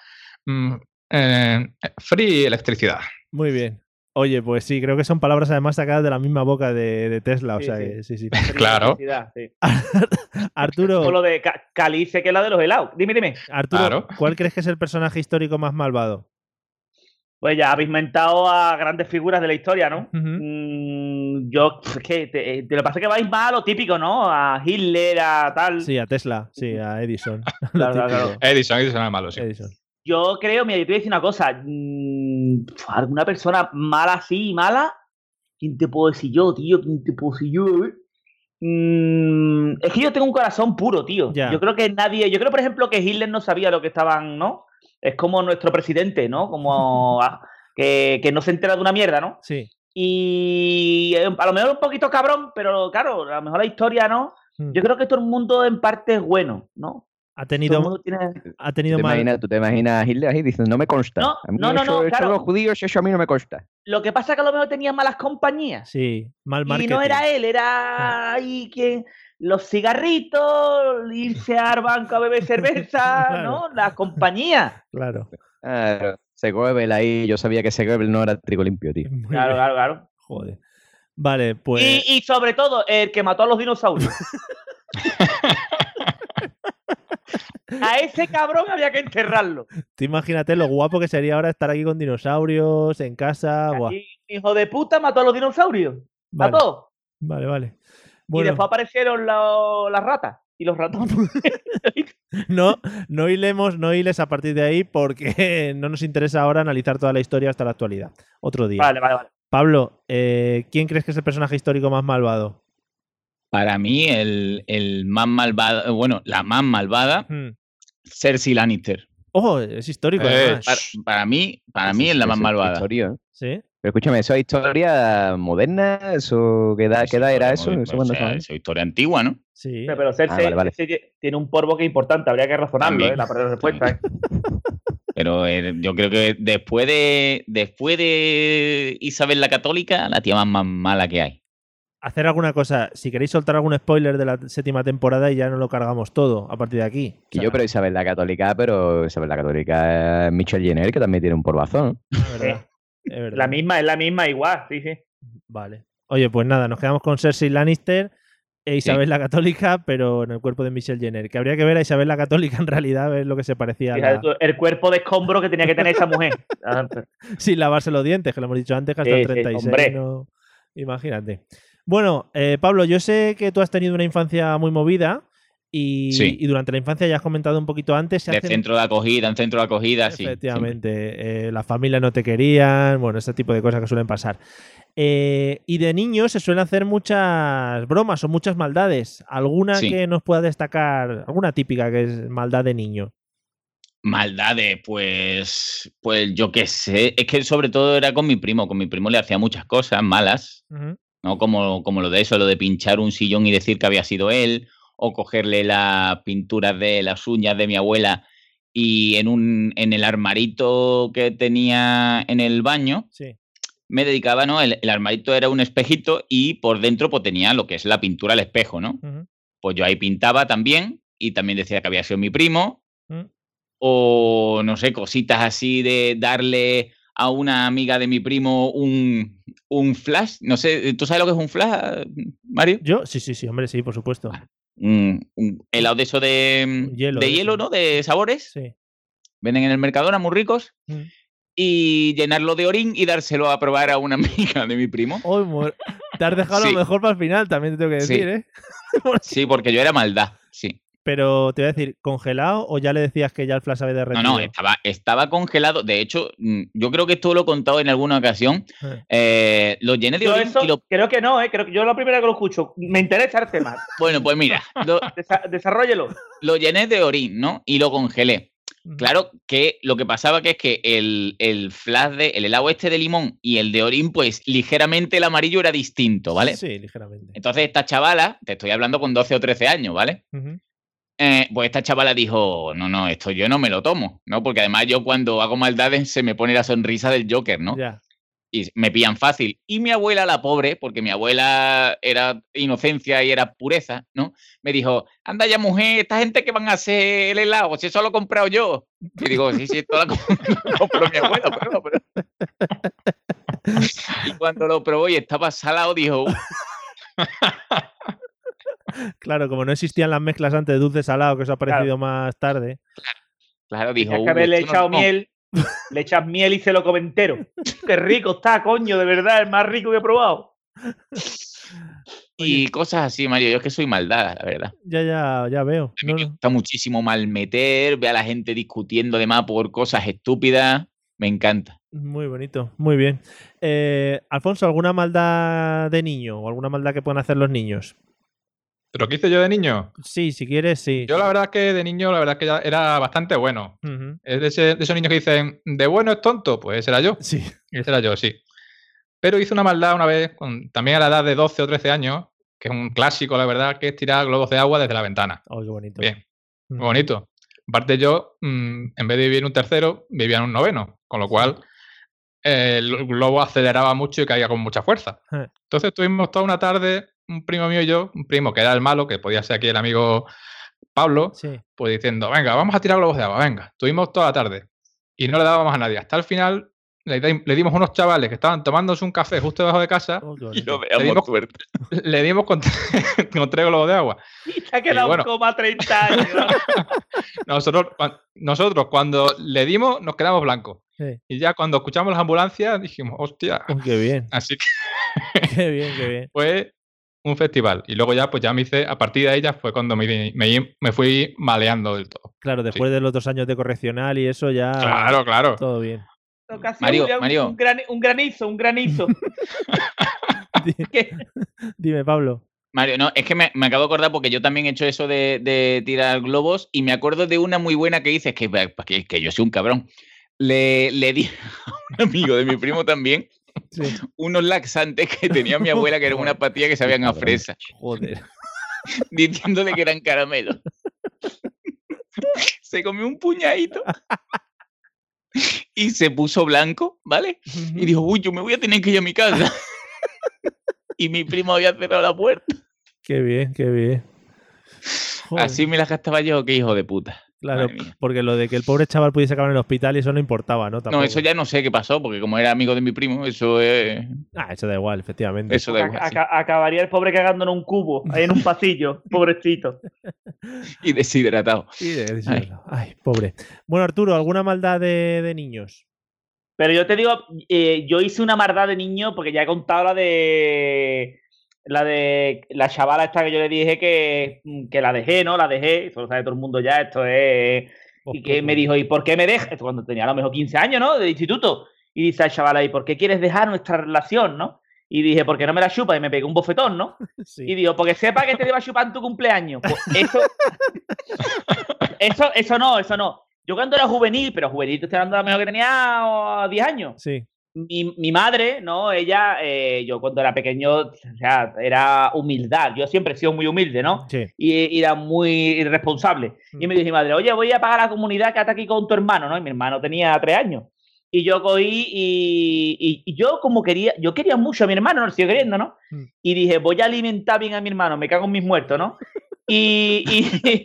S5: mm, eh, free electricidad.
S3: Muy bien. Oye, pues sí, creo que son palabras además sacadas de la misma boca de, de Tesla. O sea, que sí, sí.
S5: <laughs> <laughs> Claro.
S4: Felicidad, sí. Con
S3: Arturo,
S4: lo de ca- calice, que es la de los helados. Dime, dime.
S3: Arturo ¿cuál crees que es el personaje histórico más malvado?
S4: Pues ya habéis mentado a grandes figuras de la historia, ¿no?
S3: Ujú.
S4: Mm, yo, es que te, te lo que pasa es que vais más a lo típico, ¿no? A Hitler, a tal.
S3: Sí, a Tesla, sí, a Edison. Lo
S4: Claro, claro,
S3: típico.
S4: claro.
S3: <laughs>
S5: Edison, Edison era malo, sí.
S4: Yo creo, mira, yo te voy a decir una cosa. mm, pf, alguna persona mala así, mala. ¿Quién te puedo decir yo, tío? ¿Quién te puedo decir yo? eh? Mm, es que yo tengo un corazón puro, tío.
S3: Ya.
S4: Yo creo que nadie. Yo creo, por ejemplo, que Hitler no sabía lo que estaban, ¿no? Es como nuestro presidente, ¿no?
S3: <laughs>
S4: Como ah, que, que no se entera de una mierda, ¿no?
S3: Sí.
S4: Y eh, a lo mejor un poquito cabrón, pero claro, a lo mejor la historia, ¿no? Yo creo que todo el mundo en parte es bueno, ¿no?
S3: Ha
S4: Todo el
S3: tenido,
S4: mundo tiene.
S3: ha
S7: ¿Tú
S3: tenido
S7: te,
S3: mal.
S7: imaginas, tú te imaginas a Hitler ahí diciendo, no me consta.
S4: No,
S7: A mí
S4: no, no,
S7: eso-
S4: no,
S7: eso
S4: claro.
S7: los judíos, eso a mí no me consta.
S4: Lo que pasa es que a lo mejor tenía malas compañías.
S3: Sí, mal
S4: Y
S3: marketing. Ah.
S4: no era e él, era ahí quien. Los cigarritos, irse al banco a beber cerveza,
S3: <laughs> Claro. <laughs>
S4: ¿no? La compañía.
S3: Claro.
S7: Claro. Segoebel ahí, yo sabía que Segoebel no era trigo
S3: <laughs>
S7: limpio, tío.
S4: Claro, claro, claro.
S3: Joder. Vale, pues.
S4: Y, y sobre todo, el que mató a
S3: <laughs>
S4: los dinosaurios. a ese cabrón había que enterrarlo.
S3: Tú imagínate lo guapo que sería ahora estar aquí con dinosaurios, en casa. Ah, Buah.
S4: Y, hijo de puta mató a los dinosaurios.
S3: Vale.
S4: Mató.
S3: Vale, vale.
S4: Y
S3: Bueno,
S4: después aparecieron lo- las ratas y los ratones.
S3: <laughs> no, no hilemos, no hiles a partir de ahí porque <laughs> no nos interesa ahora analizar toda la historia hasta la actualidad. Otro día.
S4: vale, vale, vale.
S3: Pablo, eh, ¿quién crees que es el personaje histórico más malvado?
S6: Para mí, el, el más malvado, bueno, la más malvada,
S3: Hmm.
S6: Cersei Lannister.
S3: Ojo, es histórico.
S6: Eh,
S3: además.
S6: para, para mí, para mí es la más
S7: Eso
S6: malvada.
S7: historia, ¿eh?
S3: ¿Sí?
S7: Pero escúchame, ¿eso es historia moderna? ¿Eso qué edad, qué edad era eso?
S6: Bueno,
S7: ¿Eso
S6: o
S7: cuándo
S6: sea,
S7: fue?
S6: es historia antigua, ¿no?
S3: Sí.
S4: Pero, pero Cersei,
S7: Ah, vale, vale.
S4: Cersei tiene un porbo que es importante, habría que razonarlo,
S6: También.
S4: ¿eh? la respuesta. ¿eh?
S6: Pero eh, yo creo que después de, después de Isabel la Católica, la tía más, más mala que hay.
S3: Hacer alguna cosa. Si queréis soltar algún spoiler de la séptima temporada y ya no lo cargamos todo a partir de aquí. O
S7: Que
S3: sea,
S7: yo, pero Isabel la Católica, pero Isabel la Católica es Michelle Jenner, que también tiene un porbazo, ¿no?
S3: es verdad, es verdad.
S4: Eh, La misma, es la misma igual, sí, sí.
S3: Vale. Oye, pues nada, nos quedamos con Cersei Lannister e Isabel la Católica, pero en el cuerpo de Michelle Jenner. Que habría que ver a Isabel la Católica en realidad, a ver lo que se parecía a
S4: Fíjate
S3: la-
S4: tú, el cuerpo de escombro que tenía que tener esa mujer. Ah,
S3: sin lavarse los dientes, que lo hemos dicho antes, que hasta
S4: Sí,
S3: el
S4: sí,
S3: 36.
S4: hombre.
S3: no- Imagínate. Bueno, eh, Pablo, yo sé que tú has tenido una infancia muy movida y,
S6: Sí.
S3: y durante la infancia ya has comentado un poquito antes. se
S6: De
S3: hacen-
S6: centro de acogida, en centro de acogida, sí.
S3: Efectivamente, eh, las familias no te querían, bueno, ese tipo de cosas que suelen pasar. Eh, y de niños se suelen hacer muchas bromas o muchas maldades. ¿Alguna
S6: Sí.
S3: que nos pueda destacar? ¿Alguna típica que es maldad de niño?
S6: Maldades, pues, pues yo qué sé. Es que sobre todo era con mi primo. Con mi primo le hacía muchas cosas malas, ¿no? Como, como lo de eso, lo de pinchar un sillón y decir que había sido él, o cogerle las pinturas de las uñas de mi abuela y en, un, en el armarito que tenía en el baño,
S3: Sí.
S6: me dedicaba, ¿no? El, el armarito era un espejito y por dentro pues, tenía lo que es la pintura al espejo, ¿no?
S3: Ujú.
S6: Pues yo ahí pintaba también y también decía que había sido mi primo.
S3: Mm.
S6: O no sé, cositas así de darle a una amiga de mi primo un, un flash. No sé, ¿tú sabes lo que es un flash, Mario?
S3: Yo, sí, sí, sí, hombre, sí, por supuesto.
S6: Ah. Un, un helado de eso de
S3: Un hielo
S6: hielo,
S3: de
S6: de hielo
S3: eso.
S6: ¿no? De sabores.
S3: Sí.
S6: Venden en el Mercadona, muy ricos.
S3: Mm.
S6: Y llenarlo de orín y dárselo a probar a una <laughs> amiga de mi primo.
S3: Hoy mu- te has dejado
S6: Sí.
S3: lo mejor para el final, también te tengo que
S6: Sí.
S3: decir, ¿eh?
S6: Sí, porque yo era maldad, sí.
S3: Pero te voy a decir, ¿congelado o ya le decías que ya el flash había derretido?
S6: No, no, estaba, estaba congelado. De hecho, mm, yo creo que esto lo he contado en alguna ocasión.
S3: Eh.
S6: Eh, lo llené de
S4: Yo
S6: orín
S4: eso
S6: y lo...
S4: creo que no, ¿eh? creo que yo la primera que lo escucho. Me interesa el tema.
S6: Bueno, pues mira, lo,
S4: Desa- desarróllelo.
S6: lo llené de orín, ¿no? Y lo congelé.
S3: Ujú.
S6: Claro que lo que pasaba que es que el, el flash de, el helado este de limón y el de orín, pues ligeramente el amarillo era distinto, ¿vale?
S3: Sí, ligeramente.
S6: Entonces esta chavala, te estoy hablando con 12 o 13 años, ¿vale?
S3: Ujú.
S6: Eh, pues esta chavala dijo, no, no, esto yo no me lo tomo, ¿no? Porque además yo cuando hago maldades se me pone la sonrisa del Joker, ¿no?
S3: Ya.
S6: y me pillan fácil. Y mi abuela, la pobre, porque mi abuela era inocencia y era pureza, ¿no? Me dijo, anda ya mujer, esta gente que van a hacer el helado, si eso lo he comprado yo. Y digo, sí, sí, esto <laughs> lo lo compró mi abuela, pero, <laughs> pero". Y cuando lo probó y estaba salado, dijo, "Uh,
S3: Claro, como no existían las mezclas antes de dulce salado, que eso ha aparecido más tarde.
S6: claro, dijo,
S4: Tenías
S6: "Uh,
S4: que haberle
S6: esto no-
S4: echado
S6: no".
S4: miel. <laughs> Le echas miel y se lo come entero. Qué rico está, coño, de verdad, el más rico que he probado.
S6: Y cosas así, Mario, yo es que soy maldada, la verdad.
S3: Ya, ya, ya veo. No, no.
S6: Está muchísimo mal meter, ve a la gente discutiendo además por cosas estúpidas, me encanta.
S3: Muy bonito, muy bien. Eh, Alfonso, ¿alguna maldad de niño o alguna maldad que puedan hacer los niños?
S5: ¿Pero qué hice yo de niño?
S3: Sí, si quieres, sí.
S5: Yo la verdad es que de niño, la verdad es que ya era bastante bueno.
S3: Ujú.
S5: Es de, ese- de esos niños que dicen, de bueno es tonto, pues ese
S3: <laughs>
S5: era yo.
S3: Sí.
S5: Ese era yo, sí. Pero hice una maldad una vez, con- también a la edad de 12 o 13 años, que es un clásico, la verdad, que es tirar globos de agua desde la ventana.
S3: Oh, qué bonito.
S5: Bien, muy
S3: Ujú.
S5: bonito. Aparte yo, mm, en vez de vivir en un tercero, vivía en un noveno, con lo cual eh, el globo aceleraba mucho y caía con mucha fuerza.
S3: Eh.
S5: Entonces tuvimos toda una tarde, un primo mío y yo, un primo que era el malo, que podía ser aquí el amigo Pablo,
S3: Sí.
S5: pues diciendo, venga, vamos a tirar globos de agua, venga. Tuvimos toda la tarde. y no le dábamos a nadie. Hasta el final le, di- le dimos unos chavales que estaban tomándose un café justo debajo de casa.
S3: Oh,
S6: <laughs> Y no
S5: le,
S6: veamos
S5: dimos,
S6: suerte.
S5: le dimos con, <laughs> con tres globos de agua.
S4: Se ha quedado
S5: bueno.
S4: un coma 30 años.
S5: Nosotros, cuan- nosotros cuando le dimos nos quedamos blancos.
S3: Sí.
S5: Y ya cuando escuchamos las ambulancias dijimos, hostia.
S3: Oh, qué bien.
S6: <laughs>
S5: Así que
S3: Qué bien, qué bien.
S5: fue un festival. Y luego ya, pues ya me hice, a partir de ella fue cuando me, me- me fui maleando del todo.
S3: Claro, después de los dos años de correccional y eso ya.
S5: Claro, claro.
S3: Ah, Todo
S6: <laughs>
S3: bien.
S4: Esto casi
S5: Mario,
S4: un- un
S5: Mario.
S4: grani- un granizo, un granizo.
S3: <laughs> Dime, Pablo.
S6: Mario, no, es que me, me acabo de acordar porque yo también he hecho eso de, de tirar globos y me acuerdo de una muy buena que hice, es que, que, que yo soy un cabrón. Le, le di <laughs> a un amigo de mi primo también <laughs> unos laxantes que tenía mi abuela, que eran una patilla que sabían a fresa,
S3: Joder.
S6: diciéndole que eran caramelos. <laughs> Se comió un puñadito y se puso blanco, ¿vale? Y dijo, uy, yo me voy a tener que ir a mi casa. Y mi primo había cerrado la puerta.
S3: Qué bien, qué bien. Joder.
S6: Así me las gastaba yo, qué hijo de puta. <laughs>
S3: Claro,
S6: Madre mía.
S3: porque lo de que el pobre chaval pudiese acabar en el hospital y eso no importaba, ¿no?
S6: No,
S3: Tampoco.
S6: eso ya no sé qué pasó, porque como era amigo de mi primo, eso es.
S3: Ah, eso da igual, efectivamente.
S6: Eso da igual. sí.
S4: Aca- acabaría el pobre cagando en un cubo, ahí en un pasillo, pobrecito.
S6: <laughs> Y deshidratado.
S3: Ay. Ay, pobre. Bueno, Arturo, ¿alguna maldad de, de niños?
S4: Pero yo te digo, eh, yo hice una maldad de niño porque ya he contado la de. La de la chavala esta que yo le dije que, que la dejé, ¿no? La dejé, eso lo sabe todo el mundo ya, esto es.
S3: Oh,
S4: Y que me dijo, ¿y por qué me dejas? Esto cuando tenía a lo mejor 15 años, ¿no? De instituto. Y dice la chavala, ¿y por qué quieres dejar nuestra relación, no? Y dije, porque no me la chupa y me pegó un bofetón, ¿no? Y digo, porque sepa que te iba a chupar en tu cumpleaños. Pues eso, eso, eso no, eso no. Yo cuando era juvenil, pero juvenil te estoy hablando a lo mejor que tenía oh, 10 años
S3: Sí.
S4: mi, mi madre, ¿no? Ella, eh, yo cuando era pequeño, o sea, era humildad. Yo siempre he sido muy humilde, ¿no?
S3: Sí.
S4: Y, y era muy irresponsable. Y
S3: Mm.
S4: me dijo mi madre, oye, voy a pagar a la comunidad que está aquí con tu hermano, ¿no? Y mi hermano tenía tres años. Y yo cogí y, y- y yo como quería, yo quería mucho a mi hermano, no lo sigo queriendo, ¿no?
S3: Mm.
S4: Y dije, voy a alimentar bien a mi hermano, me cago en mis muertos, ¿no? Y, <laughs>
S3: <laughs>
S4: y-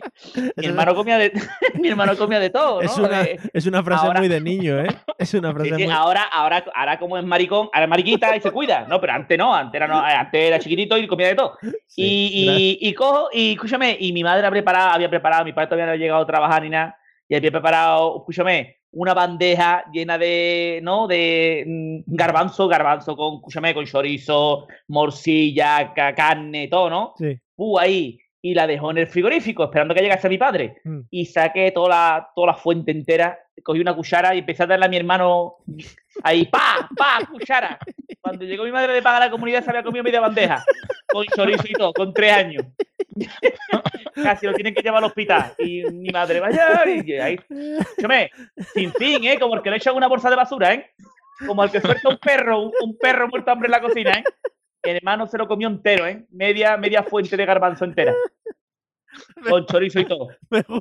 S4: mi hermano comía de <laughs> mi hermano comía de todo, ¿no?
S3: Es, una,
S4: Eh,
S3: es una frase
S4: ahora- "Ah,
S3: muy de niño,
S4: <laughs>
S3: ¿eh? Es una frase
S4: Sí, sí,
S3: muy.
S4: ahora, ahora, ahora como es maricón, ahora es mariquita y se cuida. No, pero antes no, antes era, no, antes era chiquitito y comía de todo. y, y, y cojo, y escúchame, y mi madre ha preparado, había preparado, mi padre todavía no había llegado a trabajar ni nada, y había preparado, escúchame, una bandeja llena de, ¿no? De mm, garbanzo, garbanzo con, escúchame, con chorizo, morcilla, ca- carne, todo, ¿no?
S3: Sí.
S4: Pu ahí. Y la dejó en el frigorífico, esperando que llegase mi padre y saqué toda la, toda la fuente entera, cogí una cuchara y empecé a darle a mi hermano ahí, pa, pa, cuchara. Cuando llegó mi madre de paga a la comunidad se había comido media bandeja, con chorizo y todo, con tres años. <laughs> Casi lo tienen que llevar al hospital. Y mi madre, vaya, y ahí. Escúchame, sin fin, ¿eh? Como el que le echan una bolsa de basura, ¿eh? Como el que suelta un perro, un, un perro muerto de hambre en la cocina, ¿eh? Mi hermano se lo comió entero, ¿eh? Media, media fuente de garbanzo entera. Con chorizo y todo.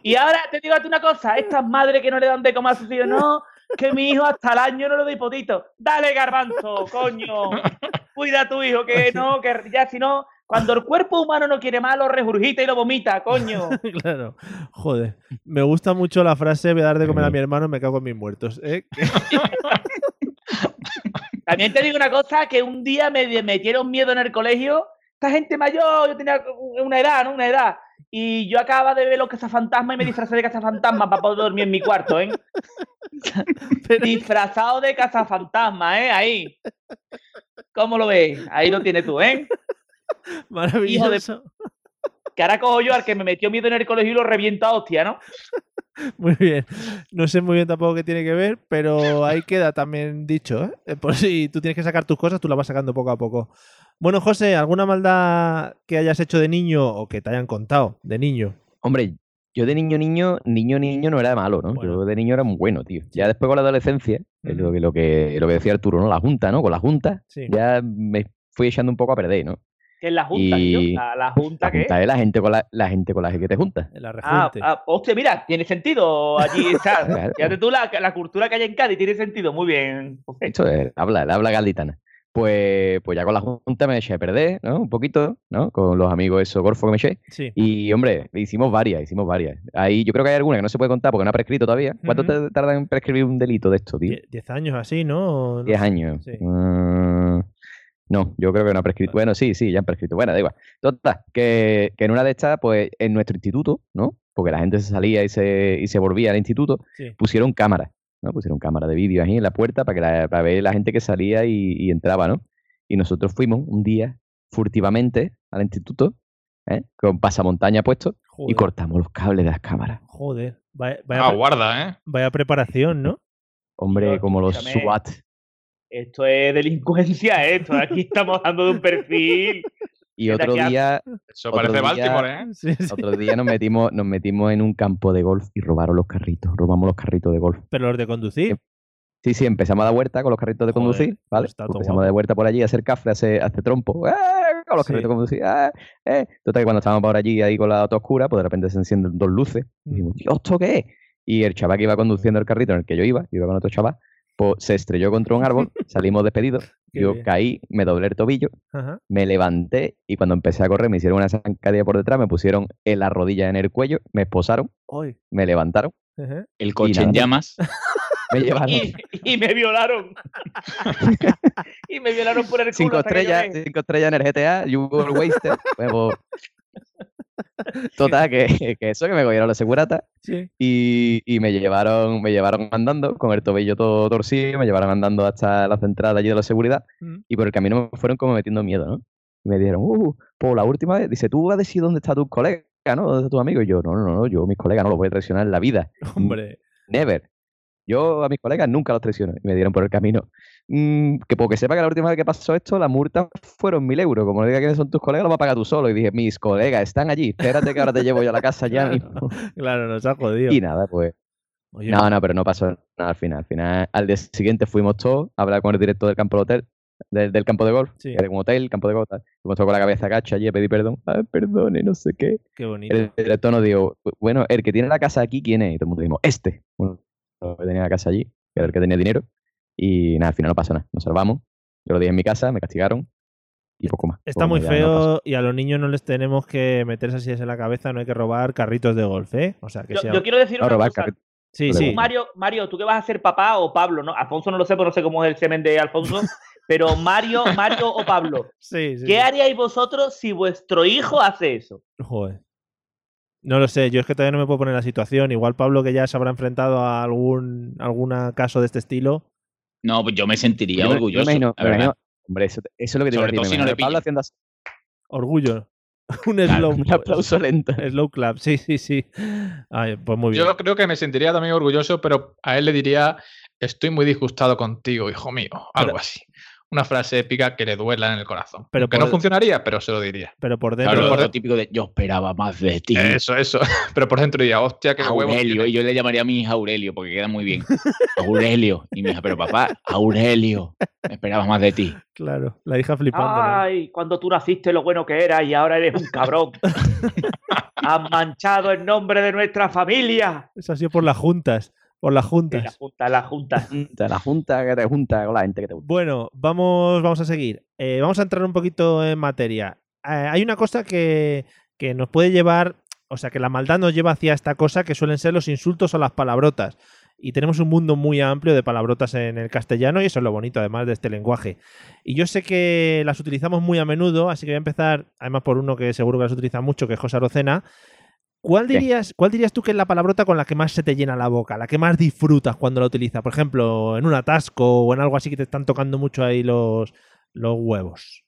S4: Y ahora te digo a ti una cosa, estas madres que no le dan de comer a sus hijos, no, que mi hijo hasta el año no lo doy potito. Dale garbanzo, coño. Cuida a tu hijo, que no, que ya si no, cuando el cuerpo humano no quiere más, lo regurgita y lo vomita, coño.
S3: <laughs> Claro. Joder. Me gusta mucho la frase: voy a dar de comer a mi hermano, me cago en mis muertos. ¿eh? <laughs>
S4: También te digo una cosa, que un día me metieron miedo en el colegio. Esta gente mayor, yo tenía una edad, ¿no? Una edad. Y yo acababa de ver los cazafantasmas y me disfrazé de cazafantasmas para poder dormir en mi cuarto, ¿eh? Disfrazado de cazafantasma, ¿eh? Ahí. ¿Cómo lo ves? Ahí lo tienes tú, ¿eh?
S3: Maravilloso.
S4: Que ahora cojo yo al que me metió miedo en el colegio y lo reviento a hostia, ¿no?
S3: Muy bien. No sé muy bien tampoco qué tiene que ver, pero ahí queda también dicho. ¿eh? Eh, Por si tú tienes que sacar tus cosas, tú las vas sacando poco a poco. Bueno, José, ¿alguna maldad que hayas hecho de niño o que te hayan contado de niño?
S7: <laughs> Hombre, yo de niño, niño, niño, niño no era malo, ¿no? Yo de niño era muy bueno, tío. Ya después con la adolescencia, es lo, que- lo que, lo que decía Arturo, ¿no? La junta, ¿no? Con la junta,
S4: Sí.
S7: ya me fui echando un poco a perder, ¿no?
S4: Que es la junta,
S7: Y-
S4: tío. La, la junta
S7: La
S4: que
S7: junta es la gente con la, la gente con la que te juntas.
S4: Ah, ah, hostia, mira, tiene sentido allí. o sea,
S7: <laughs> Claro.
S4: Fíjate tú la, la cultura que hay en Cádiz, tiene sentido, muy bien. pues,
S7: Eso es, habla, el habla gaditana. pues, pues ya con la junta me eché a perder, ¿no? Un poquito, ¿no? Con los amigos eso, Gorfo que me eché.
S3: Sí.
S7: ah. Y, hombre, hicimos varias, hicimos varias. Ahí yo creo que hay alguna que no se puede contar porque no ha prescrito todavía. ¿Cuánto te tarda en prescribir un delito de esto, tío?
S3: Diez años así, ¿no? O no
S7: 10
S3: sé.
S7: años.
S3: Sí.
S7: Mm, no, yo creo que no ha prescrito. Bueno, sí, sí, ya han prescrito. Bueno, da igual. Total, que, que en una de estas, pues en nuestro instituto, ¿no? Porque la gente se salía y se, y se volvía al instituto,
S3: Sí.
S7: pusieron cámaras, ¿no? Pusieron cámaras de vídeo ahí en la puerta para, que la- para ver la gente que salía y, y entraba, ¿no? Y nosotros fuimos un día furtivamente al instituto, ¿eh? Con pasamontaña puesto y
S3: Joder.
S7: cortamos los cables de las cámaras.
S3: Joder. Vaya, vaya
S5: Ah,
S3: pre-
S5: guarda, ¿eh?
S3: vaya preparación, ¿no?
S7: Hombre, como los
S4: escúchame.
S7: SWAT.
S4: Esto es delincuencia, ¿eh? esto. Aquí estamos hablando de un perfil.
S7: Y
S4: Vete
S7: otro
S4: aquí
S3: <laughs>
S4: a-
S7: día,
S5: Eso
S7: Otro
S5: parece
S7: día-
S5: Baltimore,
S7: Ah.
S5: ¿eh?
S3: Sí, sí.
S7: Otro día nos metimos, nos metimos en un campo de golf y robaron los carritos. Robamos los carritos de golf.
S3: Pero los de conducir.
S7: Sí, sí, empezamos a dar vuelta con los carritos
S3: Joder,
S7: de conducir, ¿vale?
S3: pues está todo
S7: empezamos
S3: guapo.
S7: a dar vuelta por allí, a hacer cafre, a hacer, a hacer trompo. ¡Ah! Con los
S3: Sí.
S7: carritos de conducir. ¡Ah! ¡Eh! Total, que cuando estábamos por allí, ahí con la auto oscura, pues de repente se encienden dos luces.
S3: Mm.
S7: Y dijimos, Dios, ¿esto qué es? Y el chaval que iba conduciendo el carrito en el que yo iba, iba con otro chaval, pues se estrelló contra un
S3: <laughs>
S7: árbol, salimos despedidos.
S3: Qué
S7: yo
S3: bien.
S7: caí, me doblé el tobillo,
S3: Ajá.
S7: me levanté y cuando empecé a correr me hicieron una zancadilla por detrás, me pusieron en la rodilla en el cuello, me esposaron,
S3: Hoy.
S7: me levantaron,
S3: Ajá.
S6: El coche
S7: nada.
S6: en
S7: <laughs>
S6: llamas.
S4: <laughs>
S7: me llevaron
S4: Y, y me violaron. <laughs> y me violaron por el culo.
S7: cinco
S4: hasta que
S7: estrellas,
S3: eh,
S4: lloré.
S7: cinco estrellas en el GTA, you were wasted.
S4: <laughs>
S7: pues, pues, Total, que, que eso, que me cogieron la segurata
S3: Sí.
S7: y, y me llevaron me llevaron andando con el tobillo todo torcido, me llevaron andando hasta la central de allí de la seguridad
S3: Mm.
S7: y por el camino me fueron como metiendo miedo, ¿no? Y me dijeron, uh, por la última vez, dice, tú vas a decir dónde está tus colegas, ¿no? ¿Dónde está tus amigos? Y yo, no, no, no, yo mis colegas no los voy a traicionar en la vida.
S3: Hombre.
S7: Never. Yo a mis colegas nunca los traiciono. Y me dieron por el camino. Mm, que porque sepa que la última vez que pasó esto, la multa fueron mil euros. Como no diga quiénes son tus colegas, lo vas a pagar tú solo. Y dije, mis colegas están allí. Espérate que ahora te llevo yo a la casa ya mismo.
S3: <laughs> Claro, nos ha jodido.
S7: Y nada, pues.
S3: Oye,
S7: No, no, pero no pasó nada al final. Al final, al día siguiente fuimos todos a hablar con el director del campo de hotel, del, del campo de golf,
S3: Sí.
S7: que era un hotel, campo de golf. tal. Fuimos todos con la cabeza gacha allí a pedir perdón. Ay, perdone, no sé qué.
S3: qué bonito.
S7: El director nos dijo, bueno, el que tiene la casa aquí, ¿quién es? Y todo el mundo dijimos, este. Uno que tenía la casa allí, que era el que tenía dinero. Y nada, al final no pasó nada. Nos salvamos. Yo lo dije en mi casa, me castigaron. Y poco más.
S3: Está
S7: Poco
S3: muy
S7: más, Pues ya no pasó.
S3: feo y a los niños no les tenemos que meter esas ideas en la cabeza, no hay que robar carritos de golf, ¿eh? O sea, que
S4: Yo,
S3: sea...
S4: yo quiero decir
S7: No,
S4: una
S7: robar
S4: cosa.
S7: carri-
S3: Sí,
S7: Tú,
S4: Tú,
S3: sí.
S4: Mario, Mario, tú que vas a ser papá o Pablo, ¿no? Alfonso no lo sé, porque no sé cómo es el semen de Alfonso. pero Mario, Mario o Pablo,
S3: Sí, sí,
S4: ¿qué
S3: sí.
S4: haríais vosotros si vuestro hijo hace eso?
S3: Joder. No lo sé, yo es que todavía no me puedo poner en la situación. Igual Pablo que ya se habrá enfrentado a algún alguna caso de este estilo.
S6: No, pues yo me sentiría
S7: Yo me- yo me
S6: orgulloso.
S7: imagino-
S6: la
S7: me
S6: verdad.
S7: imagino- hombre, eso, eso es lo que te iba a
S6: Sobre
S7: decir.
S6: todo
S7: me
S6: si no le
S7: imagino Pablo
S6: pillan.
S7: haciendo así,
S3: Orgullo. <laughs> Un slow,
S7: <laughs> un aplauso lento.
S3: slow clap, sí, sí, sí. Ay, pues muy bien.
S5: Yo creo que me sentiría también orgulloso, pero a él le diría, estoy muy disgustado contigo, hijo mío, algo así. Una frase épica que le duela en el corazón.
S3: Pero
S5: Pero que no
S3: por-
S5: funcionaría, pero se lo diría.
S3: Pero por
S6: Claro,
S3: dentro.
S5: Pero-
S6: lo típico de yo esperaba más de ti.
S5: Eso, eso. <laughs> Pero por dentro diría, hostia, qué huevo.
S6: Aurelio, y yo le llamaría a mi hija Aurelio porque queda muy bien. Aurelio. Y mi hija, pero papá, Aurelio, me esperabas más de ti.
S3: Claro, la hija flipando. ¿no?
S4: Ay, cuando tú naciste lo bueno que eras y ahora eres un
S3: <laughs>
S4: cabrón. Has manchado el nombre de nuestra familia.
S3: Eso ha sido por las juntas. Por las
S4: Sí, La
S3: juntas.
S4: junta, la junta.
S7: De la junta que te junta con la gente que te gusta.
S3: Bueno, vamos, vamos a seguir. Eh, vamos a entrar un poquito en materia. Eh, hay una cosa que, que nos puede llevar, o sea, que la maldad nos lleva hacia esta cosa que suelen ser los insultos o las palabrotas. Y tenemos un mundo muy amplio de palabrotas en el castellano y eso es lo bonito además de este lenguaje. Y yo sé que las utilizamos muy a menudo, así que voy a empezar, además por uno que seguro que las utiliza mucho, que es José Arocena. ¿Cuál
S7: Bien.
S3: dirías, ¿Cuál dirías tú que es la palabrota con la que más se te llena la boca, la que más disfrutas cuando la utilizas? Por ejemplo, en un atasco o en algo así que te están tocando mucho ahí los, los huevos.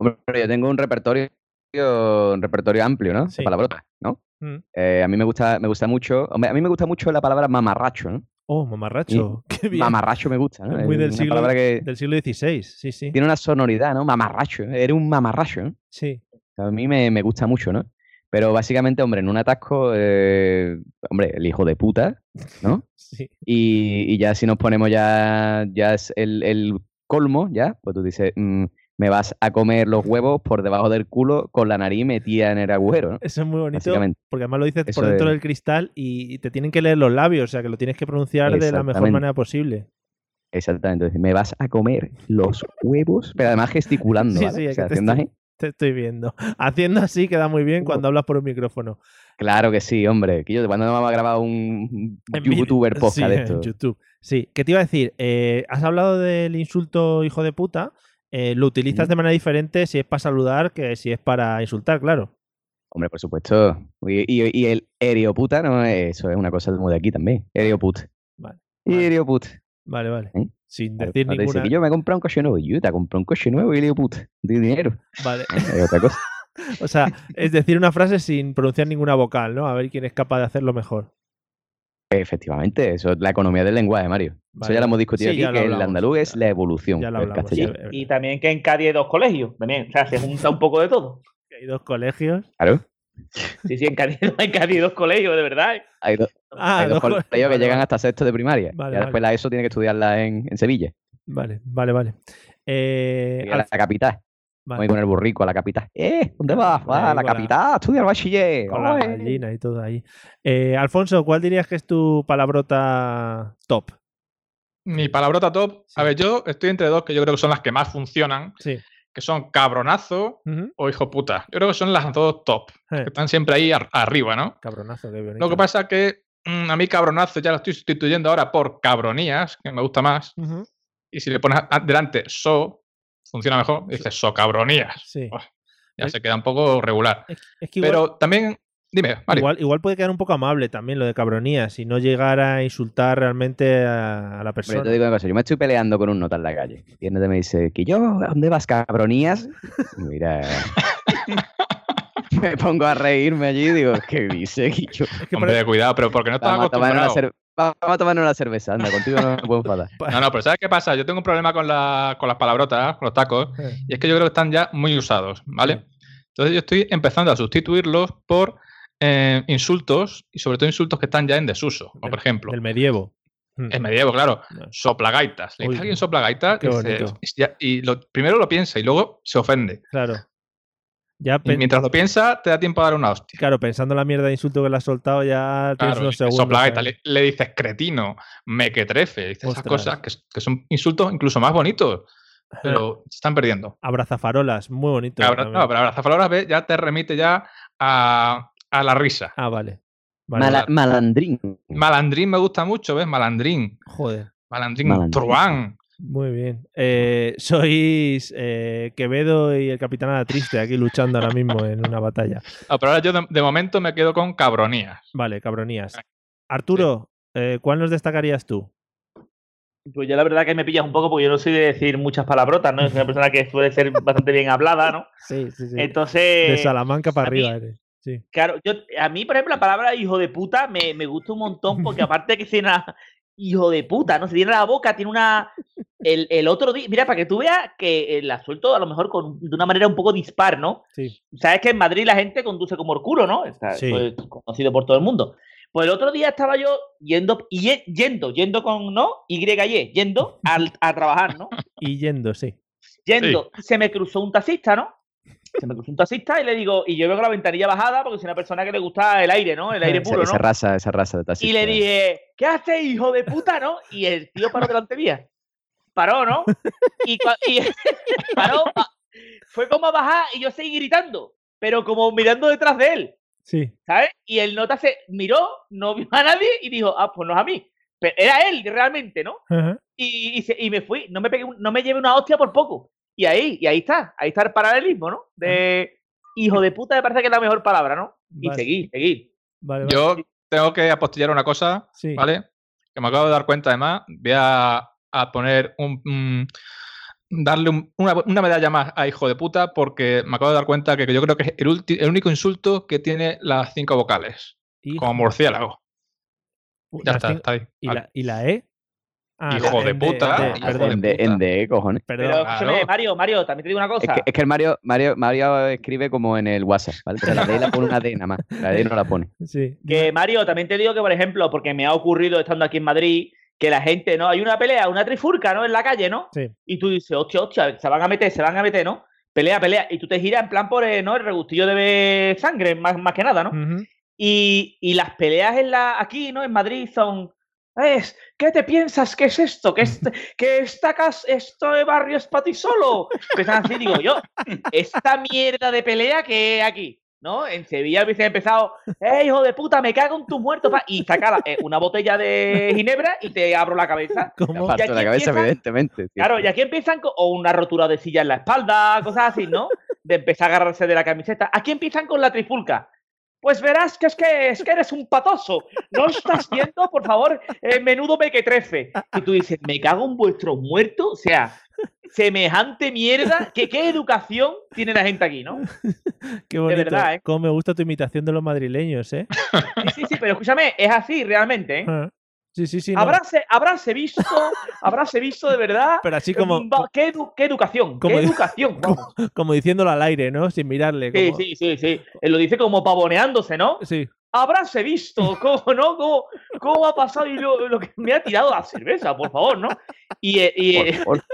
S7: Hombre, yo tengo un repertorio, un repertorio amplio, ¿no?
S3: Sí.
S7: De palabrotas, ¿no?
S3: Mm.
S7: Eh, a mí me gusta, me gusta mucho. hombre, a mí me gusta mucho la palabra mamarracho, ¿no?
S3: Oh, mamarracho. <laughs> Qué bien.
S7: Mamarracho me gusta, ¿no?
S3: Es muy
S7: Es
S3: del
S7: una
S3: siglo-
S7: palabra que
S3: Del siglo XVI, sí, sí.
S7: tiene una sonoridad, ¿no? Mamarracho. ¿eh? Eres un mamarracho, ¿no? O
S3: Sí,
S7: sea, a mí me, me gusta mucho, ¿no? Pero básicamente, hombre, en un atasco, eh, hombre, el hijo de puta, ¿no?
S3: sí.
S7: Y, y ya si nos ponemos ya, ya es el, el colmo, ya, pues tú dices, mm, me vas a comer los huevos por debajo del culo con la nariz metida en el agujero, ¿no?
S3: Eso es muy <laughs> bonito.
S7: Básicamente.
S3: Porque además lo dices
S7: Eso
S3: por dentro
S7: es.
S3: del cristal y y te tienen que leer los labios, o sea que lo tienes que pronunciar de la mejor
S7: Exactamente.
S3: manera posible.
S7: Exactamente. Dice, Me vas a comer los huevos, pero además
S3: <laughs>
S7: gesticulando,
S3: Sí,
S7: ¿vale?
S3: sí,
S7: O
S3: es
S7: sea,
S3: que te
S7: haciendo
S3: estoy-
S7: así.
S3: Te estoy viendo. <laughs> Haciendo así queda muy bien cuando hablas por un micrófono.
S7: Claro que sí, hombre. Que yo, cuando no me a grabar un
S3: En vídeo. <laughs>
S7: youtuber podcast
S3: Sí,
S7: de
S3: en
S7: esto?
S3: YouTube. Sí, que te iba a decir, Eh, has hablado del insulto hijo de puta, Eh, lo utilizas de manera diferente si es para saludar que si es para insultar, claro.
S7: Hombre, por supuesto. Y, y- y el erioputa, no, eso es una cosa muy de aquí también. Erioput.
S3: Vale,
S7: Erioput.
S3: Vale, vale.
S7: ¿Eh?
S3: Sin
S7: Claro,
S3: decir
S7: cuando te dice
S3: ninguna.
S7: que yo me he comprado un coche nuevo. Yo te he comprado un coche nuevo y erioput. De dinero. <laughs>
S3: Vale.
S7: ¿Eh? Es otra cosa.
S3: O sea, es decir una frase sin pronunciar ninguna vocal, ¿no? A ver quién es capaz de hacerlo mejor.
S7: Efectivamente, eso es la economía del lenguaje, Mario. Eso
S3: Vale.
S7: ya lo hemos discutido
S3: Sí,
S7: aquí,
S3: ya lo
S7: que el
S3: hablamos,
S7: andaluz es la evolución
S3: ya lo
S7: del
S3: hablamos,
S7: castellano.
S3: sí.
S4: Y también que en Cádiz hay dos colegios, también. O sea, se junta un poco de todo.
S3: Que Hay dos colegios.
S7: Claro.
S4: Sí, sí, en Cádiz, <laughs> en Cádiz hay dos colegios, de verdad.
S7: Hay, do-
S3: Ah,
S7: hay dos
S3: dos
S7: colegios
S3: cole-
S7: que
S3: <laughs> vale,
S7: llegan
S3: vale.
S7: hasta sexto de primaria.
S3: Vale, Eh,
S7: ya después
S3: vale.
S7: la ESO tiene que estudiarla en, en Sevilla,
S3: Vale, vale, vale. Eh,
S7: que es
S3: al-
S7: la capital.
S3: vale.
S7: Voy con el burrico a la capital. ¡Eh! ¿Dónde vas?
S3: Voy ahí
S7: Va a la
S3: con la-
S7: capital, estudia el bachiller.
S3: Con la
S7: ¡Oe!
S3: gallina y todo ahí. Eh, Alfonso, ¿cuál dirías que es tu palabrota top?
S5: Mi palabrota top. A ver, yo estoy entre dos que yo creo que son las que más funcionan,
S3: Sí.
S5: que son cabronazo
S3: Ujú.
S5: o hijo puta. Yo creo que son las dos top,
S3: Eh,
S5: que están siempre ahí ar- arriba, ¿no?
S3: Cabronazo, qué bonito.
S5: Lo que pasa que mm, a mí cabronazo ya lo estoy sustituyendo ahora por cabronías, que me gusta más.
S3: Ujú.
S5: Y si le pones a- delante so, funciona mejor. Dices so cabronías.
S3: Sí.
S5: Buah, ya
S3: Eh,
S5: se queda un poco regular.
S3: Es que igual,
S5: Pero también, dime, Mario.
S3: igual, igual puede quedar un poco amable también lo de cabronía, si no llegar a insultar realmente a, a la
S7: Pero yo
S3: persona.
S7: te digo una cosa, yo me estoy peleando con un nota en la calle. Y el nota me dice, que yo, ¿a dónde vas, cabronías? Mira.
S4: <laughs>
S7: me pongo a reírme allí y digo, ¿qué dice, Guillo?
S3: Es que
S5: Hombre,
S3: parece-
S5: cuidado, pero porque no estás
S7: Vamos a tomar una
S5: acostumbrado.
S7: cerveza. Vamos a tomar una cerveza, anda, contigo no me puedo
S4: <laughs>
S7: enfadar.
S5: No, no, pero ¿sabes qué pasa? Yo tengo un problema con, la- con las palabrotas, con los tacos,
S3: Eh.
S5: y es que yo creo que están ya muy usados, ¿vale? Entonces yo estoy empezando a sustituirlos por eh, insultos, y sobre todo insultos que están ya en desuso, como por ejemplo,
S3: Del medievo. Mm.
S5: el medievo, claro,
S3: Vale.
S5: soplagaitas. Le
S3: Uy,
S5: dice a alguien soplagaitas
S3: qué
S5: y, dice-
S3: bonito.
S5: y ya- y lo, primero lo piensa y luego se ofende.
S3: Claro. Ya
S5: Y
S3: pe-
S5: mientras lo piensa, te da tiempo a dar una hostia.
S3: claro, pensando en la mierda de insulto que le has soltado, ya tienes
S5: Claro,
S3: unos
S5: dice
S3: segundos. eh.
S5: soplagaita,
S3: ahí.
S5: le, le dices cretino, mequetrefe, dices esas
S3: Ostras.
S5: cosas que, que son insultos incluso más bonitos, pero se están perdiendo.
S3: Abrazafarolas, muy bonito.
S5: Abra-
S3: también.
S5: no, pero abrazafaloras ve, ya te remite ya a, a la risa.
S3: Ah, vale. Vale,
S7: Mala- malandrín.
S5: Malandrín me gusta mucho, ¿ves? Malandrín.
S3: Joder.
S5: Malandrín,
S7: Malandrín.
S5: truán.
S3: Muy bien. Eh, sois eh, Quevedo y el Capitán Ala Triste aquí luchando ahora mismo en una batalla.
S5: No, pero ahora yo de, de momento me quedo con cabronías.
S3: Vale, cabronías.
S5: Ah,
S3: Arturo, eh, ¿cuál nos destacarías tú?
S4: Pues yo la verdad que me pillas un poco porque yo no soy de decir muchas palabrotas, ¿no? Soy una persona que suele ser bastante bien hablada, ¿no?
S3: Sí, sí, sí. De
S4: Entonces,
S3: Salamanca para
S4: a mí-
S3: arriba eres. Sí.
S4: claro, yo, a mí, por ejemplo, la palabra hijo de puta me, me gusta un montón
S3: <laughs>
S4: porque aparte que tiene la- hijo de puta, ¿no? Se tiene la boca, tiene una... El, el otro día, mira, para que tú veas que eh, la suelto a lo mejor con, de una manera un poco dispar, ¿no?
S3: sí.
S4: sabes que en Madrid la gente conduce como el culo, ¿no? Está,
S3: Sí.
S4: eso es conocido por todo el mundo. Pues el otro día estaba yo yendo, y- yendo, yendo con no, y y, yendo al- a trabajar, ¿no?
S3: Y yendo, sí.
S4: Yendo, se me cruzó un taxista, ¿no? Se me cruzó un taxista y le digo, y yo veo con la ventanilla bajada porque soy una persona que le gusta el aire, ¿no? El aire
S7: Esa-
S4: puro,
S7: esa,
S4: ¿no?
S7: raza, esa raza de taxistas.
S4: Y le dije, ¿qué haces, hijo de puta, no? Y el tío paró delante mía. Paró, ¿no? Y, cua- y <laughs> paró, pa- fue como a bajar y yo seguí gritando, pero como mirando detrás de él.
S3: Sí.
S4: ¿sabes? Y el nota se miró, no vio a nadie y dijo, ah, pues no es a mí. Pero era él realmente, ¿no?
S3: Ajá.
S4: Y, y se- y me fui, no me, pegué un- no me llevé una hostia por poco. Y ahí, y ahí está, ahí está el paralelismo, ¿no? De hijo de puta me parece que es la mejor palabra, ¿no? Y
S3: Vale.
S4: seguí, seguí.
S3: Vale, vale.
S5: Yo tengo que apostillar una cosa,
S3: Sí.
S5: ¿vale? Que me acabo de dar cuenta, además. Voy a, a poner un. mm, darle un- una, una medalla más a hijo de puta, porque me acabo de dar cuenta que yo creo que es el, ulti- el único insulto que tiene las cinco vocales,
S3: Hijo-
S5: como murciélago.
S3: Uh,
S5: Ya
S3: la
S5: está,
S3: cin-
S5: está ahí.
S3: ¿Y,
S5: Vale.
S3: la, ¿Y la E? Ah,
S5: Hijo
S3: la-
S5: de
S3: en
S5: puta,
S3: en
S5: hijo
S3: perdón,
S5: de
S7: en, de, en de, cojones.
S3: perdón.
S4: Pero
S5: claro.
S4: escúchame, Mario, Mario, también te digo una
S7: Es
S4: cosa.
S7: que, es que el Mario, Mario, Mario escribe como en el WhatsApp, ¿vale? Pero la D la pone una D nada más. La D no la pone.
S3: Sí. <laughs>
S4: Que Mario, también te digo que, por ejemplo, porque me ha ocurrido estando aquí en Madrid, que la gente, ¿no? Hay una pelea, una trifurca, ¿no? En la calle, ¿no?
S3: Sí.
S4: Y tú dices, hostia, hostia, se van a meter, se van a meter, ¿no? Pelea, pelea. Y tú te giras en plan por eh, ¿no? el regustillo de ver sangre, más, más que nada, ¿no?
S3: Ujú.
S4: Y, y las peleas en la, aquí, ¿no? En Madrid son Es, ¿Qué te piensas? ¿Qué es esto? ¿Qué, es, que esta casa, esto de barrio es para ti solo? Empiezan así, digo yo, esta mierda de pelea que hay aquí, ¿no? En Sevilla hubiese empezado, ¡eh, hijo de puta, me cago en tus muertos! pa-". Y saca la- eh, una botella de ginebra y te abro la cabeza.
S7: Me
S4: Y
S7: parto
S4: aquí
S7: la cabeza,
S4: empiezan-
S7: evidentemente. tío.
S4: Claro, y aquí empiezan con o una rotura de silla en la espalda, cosas así, ¿no? De empezar a agarrarse de la camiseta. Aquí empiezan con la trifulca. Pues verás que es que, es que eres un patoso. ¿No estás viendo, por favor, eh, menudo mequetrefe? Y tú dices, me cago en vuestro muerto. O sea, semejante mierda. ¿Qué, qué educación tiene la gente aquí, no?
S3: Qué bonito.
S4: verdad, ¿eh?
S3: Cómo me gusta tu imitación de los madrileños,
S5: <laughs>
S3: ¿eh?
S4: Sí, sí, sí, pero escúchame, es así realmente, ¿eh?
S3: Ah. Sí, sí, sí. no.
S4: Habráse, habráse visto, habráse visto de verdad.
S3: Pero así como-
S4: Va- ¿Qué, edu- qué educación?
S3: como
S4: ¿Qué
S3: di-
S4: educación? vamos.
S3: Como diciéndolo al aire, ¿no? Sin mirarle.
S4: Sí,
S3: como-
S4: sí, sí, sí. Él lo dice como pavoneándose, ¿no?
S3: Sí.
S4: Habráse visto, <laughs> ¿cómo no? ¿Cómo, cómo ha pasado y lo, lo que me ha tirado la cerveza, por favor, ¿no? Y, eh, y, eh,
S7: Por-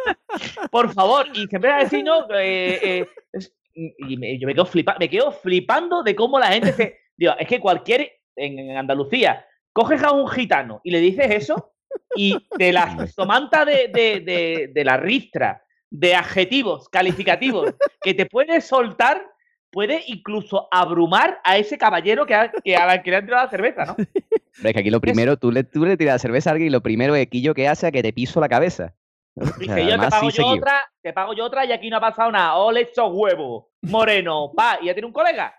S4: por favor, y se empieza a decir, ¿no? Eh, eh, es- y y me- yo me quedo, flipa- me quedo flipando de cómo la gente se. Digo, es que cualquier. En, en Andalucía, coges a un gitano y le dices eso, y de la somanta de, de- de- de la ristra de adjetivos calificativos que te puede soltar, puede incluso abrumar a ese caballero que, ha- que a la que le han tirado la cerveza, ¿no?
S7: Hombre, es que aquí
S4: Pues
S7: lo primero, tú le, tú le tiras la cerveza a alguien y lo primero es Quillo que hace a que te piso la cabeza. O sea,
S4: <laughs> Dice, yo te
S7: además,
S4: pago
S7: sí,
S4: yo
S7: seguido.
S4: otra, te pago yo otra y aquí no ha pasado nada. Ole estos huevos, moreno, pa, y ya tiene un colega.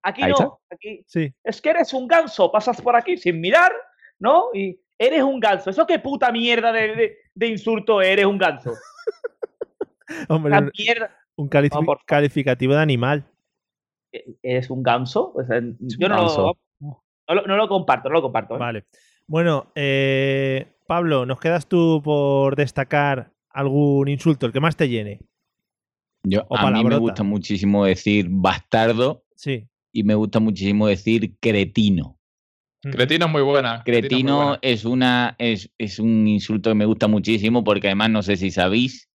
S4: Aquí
S7: Ahí
S4: no, aquí
S3: Sí.
S4: es que eres un ganso, pasas por aquí sin mirar, ¿no? Y eres un ganso. ¿Eso qué puta mierda de, de- de insulto es? eres un ganso?
S3: Hombre,
S4: La
S3: un-
S4: mierda.
S3: un califi-
S4: No, por-
S3: calificativo de animal.
S4: ¿E, ¿Eres un ganso? O sea, yo no
S3: ganso.
S4: lo, no lo- no lo comparto, no lo comparto. ¿eh?
S3: Vale. Bueno, eh, Pablo, ¿nos quedas tú por destacar algún insulto, el que más te llene?
S6: Yo,
S3: O
S6: a mí me
S3: palabrota.
S6: gusta muchísimo decir bastardo
S3: Sí.
S6: y me gusta muchísimo decir cretino.
S5: Cretino es muy buena. es muy
S6: Cretino
S5: buena.
S6: es, una, es, es un insulto que me gusta muchísimo porque además no sé si sabéis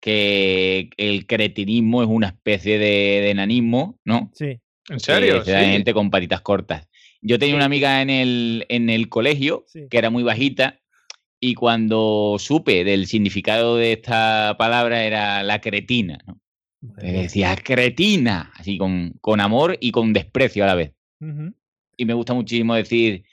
S6: que el cretinismo es una especie de, de enanismo, ¿no?
S3: Sí.
S5: ¿En
S6: Que
S5: serio?
S6: se da en
S5: Sí.
S6: gente con patitas cortas. Yo tenía una amiga en el, en el colegio
S3: Sí.
S6: que era muy bajita y cuando supe del significado de esta palabra era la cretina, ¿no? Le decía cretina, así con, con amor y con desprecio a la vez
S3: Ujú.
S6: y me gusta muchísimo decir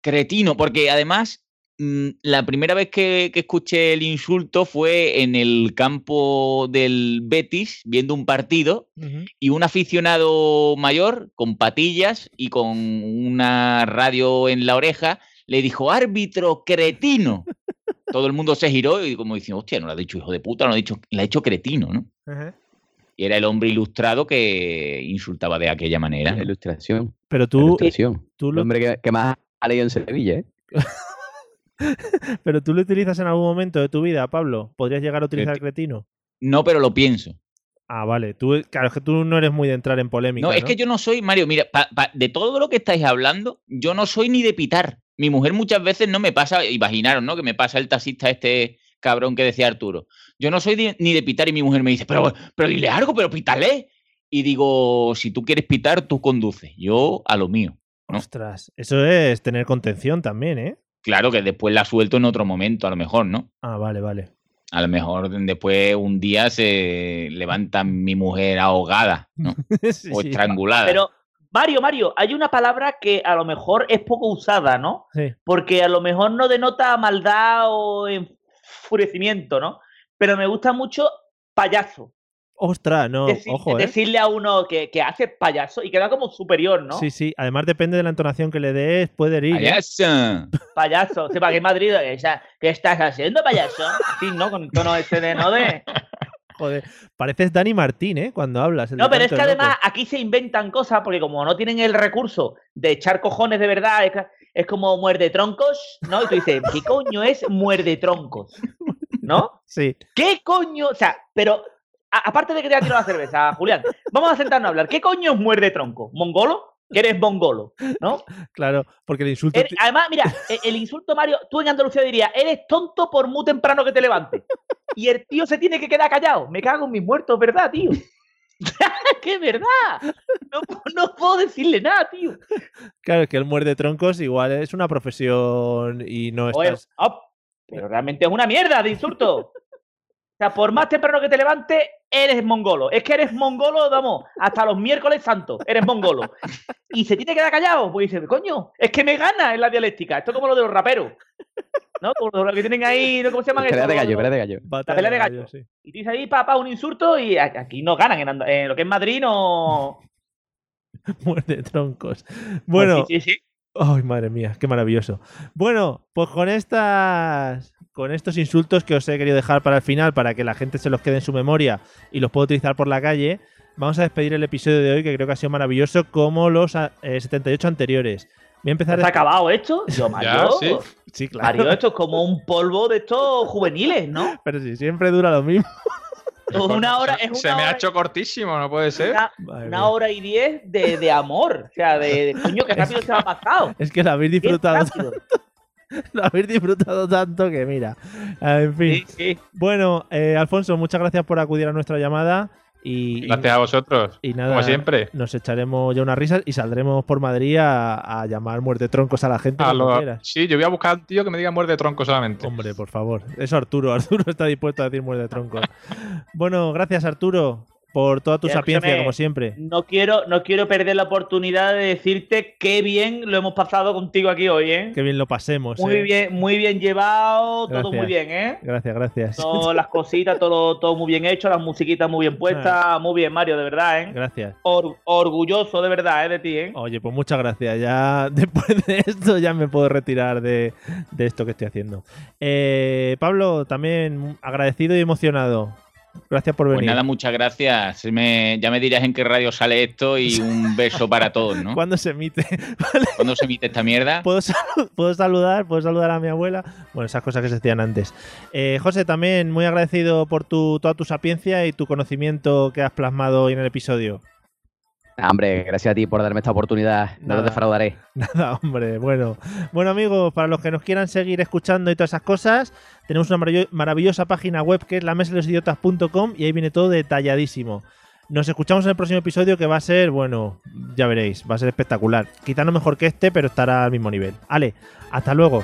S6: cretino, porque además mm, la primera vez que, que escuché el insulto fue en el campo del Betis, viendo un partido,
S3: Ujú.
S6: y un aficionado mayor con patillas y con una radio en la oreja le dijo, árbitro cretino. Todo el mundo se giró y como diciendo, hostia, no lo ha dicho hijo de puta, no lo ha dicho, le ha dicho cretino, ¿no?
S3: Ajá.
S6: Y era el hombre ilustrado que insultaba de aquella manera.
S7: La
S6: ¿no?
S7: ilustración.
S3: Pero
S7: la
S3: tú,
S7: ilustración.
S3: tú
S7: El
S3: lo,
S7: hombre que, que más ha leído en Sevilla, ¿eh?
S3: <laughs> pero tú lo utilizas en algún momento de tu vida, Pablo. ¿Podrías llegar a utilizar
S6: Creti-
S3: cretino?
S6: No, pero lo pienso.
S3: Ah, vale. Tú, claro, es que tú no eres muy de entrar en polémica.
S6: No, es que yo no soy, Mario, mira, pa- pa- de todo lo que estáis hablando, yo no soy ni de pitar. Mi mujer muchas veces no me pasa, imaginaros, ¿no? Que me pasa el taxista este cabrón que decía Arturo. Yo no soy de- ni de pitar y mi mujer me dice, pero, pero dile algo, pero pítale. Y digo, si tú quieres pitar, tú conduces. Yo a lo mío. ¿no?
S3: Ostras, eso es tener contención también, ¿eh?
S6: Claro que después la suelto en otro momento, a lo mejor, ¿no?
S3: Ah, vale, vale. <laughs>
S6: A lo mejor después un día se levanta mi mujer ahogada, ¿no?
S3: <laughs> Sí,
S6: O
S3: sí.
S6: estrangulada.
S4: Pero, Mario, Mario, hay una palabra que a lo mejor es poco usada, ¿no?
S3: Sí.
S4: Porque a lo mejor no denota maldad o enfurecimiento, ¿no? Pero me gusta mucho payaso.
S3: Ostras, no,
S4: Decir-
S3: ojo, ¿eh?
S4: Decirle a uno que, que hace payaso y queda como superior, ¿no?
S3: Sí, sí. Además, depende de la entonación que le des, puede herir. ¿eh?
S6: Payaso.
S4: Payaso. Sepa que en Madrid, o sea, ¿qué estás haciendo, payaso? Sí, ¿no? Con el tono ese de no de.
S3: Joder, pareces Dani Martín, ¿eh? Cuando hablas. el
S4: No,
S3: de
S4: pero es que
S3: Canto del Loco.
S4: además aquí se inventan cosas porque como no tienen el recurso de echar cojones de verdad, es, ca- es como muerde troncos, ¿no? Y tú dices, ¿qué coño es muerde troncos? ¿No?
S3: Sí.
S4: ¿Qué coño? O sea, pero a- aparte de que te ha tirado la cerveza, Julián, vamos a sentarnos a hablar. ¿Qué coño es muerde tronco? ¿Mongolo? Que eres mongolo, ¿no?
S3: Claro, porque el insulto.
S4: Eres- además, mira, e- el insulto, Mario, tú en Andalucía dirías, eres tonto por muy temprano que te <laughs> levantes. Y el tío se tiene que quedar callado. Me cago en mis muertos, ¿verdad, tío? que es verdad. No, po- no puedo decirle nada, tío.
S3: Claro, es que el muerde troncos igual es una profesión y no
S4: Oye,
S3: estás.
S4: op, pero realmente es una mierda de insulto. O sea, por más temprano que te levantes, eres mongolo. Es que eres mongolo, vamos, hasta los miércoles santos. Eres mongolo. Y se tiene que quedar callado. Pues dice, coño, es que me gana en la dialéctica. Esto es como lo de los raperos. ¿No? Como lo que tienen ahí, ¿no? ¿cómo se llaman?
S7: Pelea de
S4: estos?
S7: gallo, pelea de gallo.
S4: La pelea de gallo.
S3: sí. <laughs>
S4: Y dice ahí, papá, un insulto y a- aquí no ganan. En, Anda- en lo que es Madrid no...
S3: Muerde troncos. Bueno.
S4: Pues sí, sí, sí.
S3: Ay, madre mía, qué maravilloso. Bueno, pues con estas. Con estos insultos que os he querido dejar para el final, para que la gente se los quede en su memoria y los pueda utilizar por la calle, vamos a despedir el episodio de hoy, que creo que ha sido maravilloso, como los ah, eh, 78 anteriores. Voy a empezar.
S4: ¿Se ha acabado esto? Yo, Mario,
S3: sí. Sí, claro.
S4: Mario, esto es como un polvo de estos juveniles, ¿no?
S3: Pero si siempre dura lo mismo.
S4: Es una hora, es una
S5: Se me ha
S4: hora-
S5: hecho cortísimo, no puede ser.
S4: una,
S3: <laughs> Madre
S4: una
S3: mía.
S4: hora y diez de, de amor. O sea, de, de coño, qué rápido se me ha pasado.
S3: Es que lo habéis
S4: Qué
S3: disfrutado.
S4: rápido.
S3: <laughs> lo habéis disfrutado tanto que mira. Ah, En fin.
S4: Sí, sí.
S3: Bueno, eh, Alfonso, muchas gracias por acudir a nuestra llamada. Y, y-
S5: Gracias a vosotros.
S3: y nada,
S5: Como siempre.
S3: nos echaremos ya unas risas y saldremos por Madrid a, a llamar muerte troncos a la gente.
S5: A
S3: cuando
S5: lo-
S3: quieras.
S5: Sí, yo voy a buscar a un tío que me diga muerde tronco solamente.
S3: Hombre, por favor. Eso Arturo. <laughs> Arturo está dispuesto a decir muerde troncos. bueno, gracias Arturo por toda tu
S4: Eh,
S3: sapiencia,
S4: escúchame.
S3: como siempre.
S4: No quiero, no quiero perder la oportunidad de decirte qué bien lo hemos pasado contigo aquí hoy, ¿eh?
S3: Que bien lo pasemos.
S4: Muy
S3: eh.
S4: bien, muy bien llevado, todo
S3: Gracias.
S4: muy bien, ¿eh?
S3: Gracias, gracias.
S4: Todas las cositas, todo, todo muy bien hecho, las musiquitas muy bien puestas, muy bien, Mario, de verdad, ¿eh?
S3: Gracias.
S4: Or- orgulloso de verdad, ¿eh? De ti, ¿eh?
S3: Oye, pues muchas gracias. Ya <laughs> después de esto ya me puedo retirar de, de esto que estoy haciendo. Eh, Pablo, también agradecido y emocionado. Gracias por
S6: Pues
S3: venir.
S6: nada, muchas gracias. Me- ya me dirás en qué radio sale esto y un beso para todos,
S3: <laughs>
S6: ¿no?
S3: ¿Cuándo se emite?
S6: ¿Cuándo se emite esta mierda?
S3: ¿Puedo, salu- puedo saludar? ¿Puedo saludar a mi abuela? Bueno, esas cosas que se hacían antes. Eh, José, también muy agradecido por tu, toda tu sapiencia y tu conocimiento que has plasmado hoy en el episodio.
S7: Nah, Ah, hombre, gracias a ti por darme esta oportunidad. No
S3: Nada.
S7: los defraudaré.
S3: Nada, hombre, bueno. Bueno, amigos, para los que nos quieran seguir escuchando y todas esas cosas, tenemos una maravillo- maravillosa página web que es lameselosidiotas.com y ahí viene todo detalladísimo. Nos escuchamos en el próximo episodio que va a ser, bueno, ya veréis, va a ser espectacular. Quizá no mejor que este, pero estará al mismo nivel. Ale, hasta luego.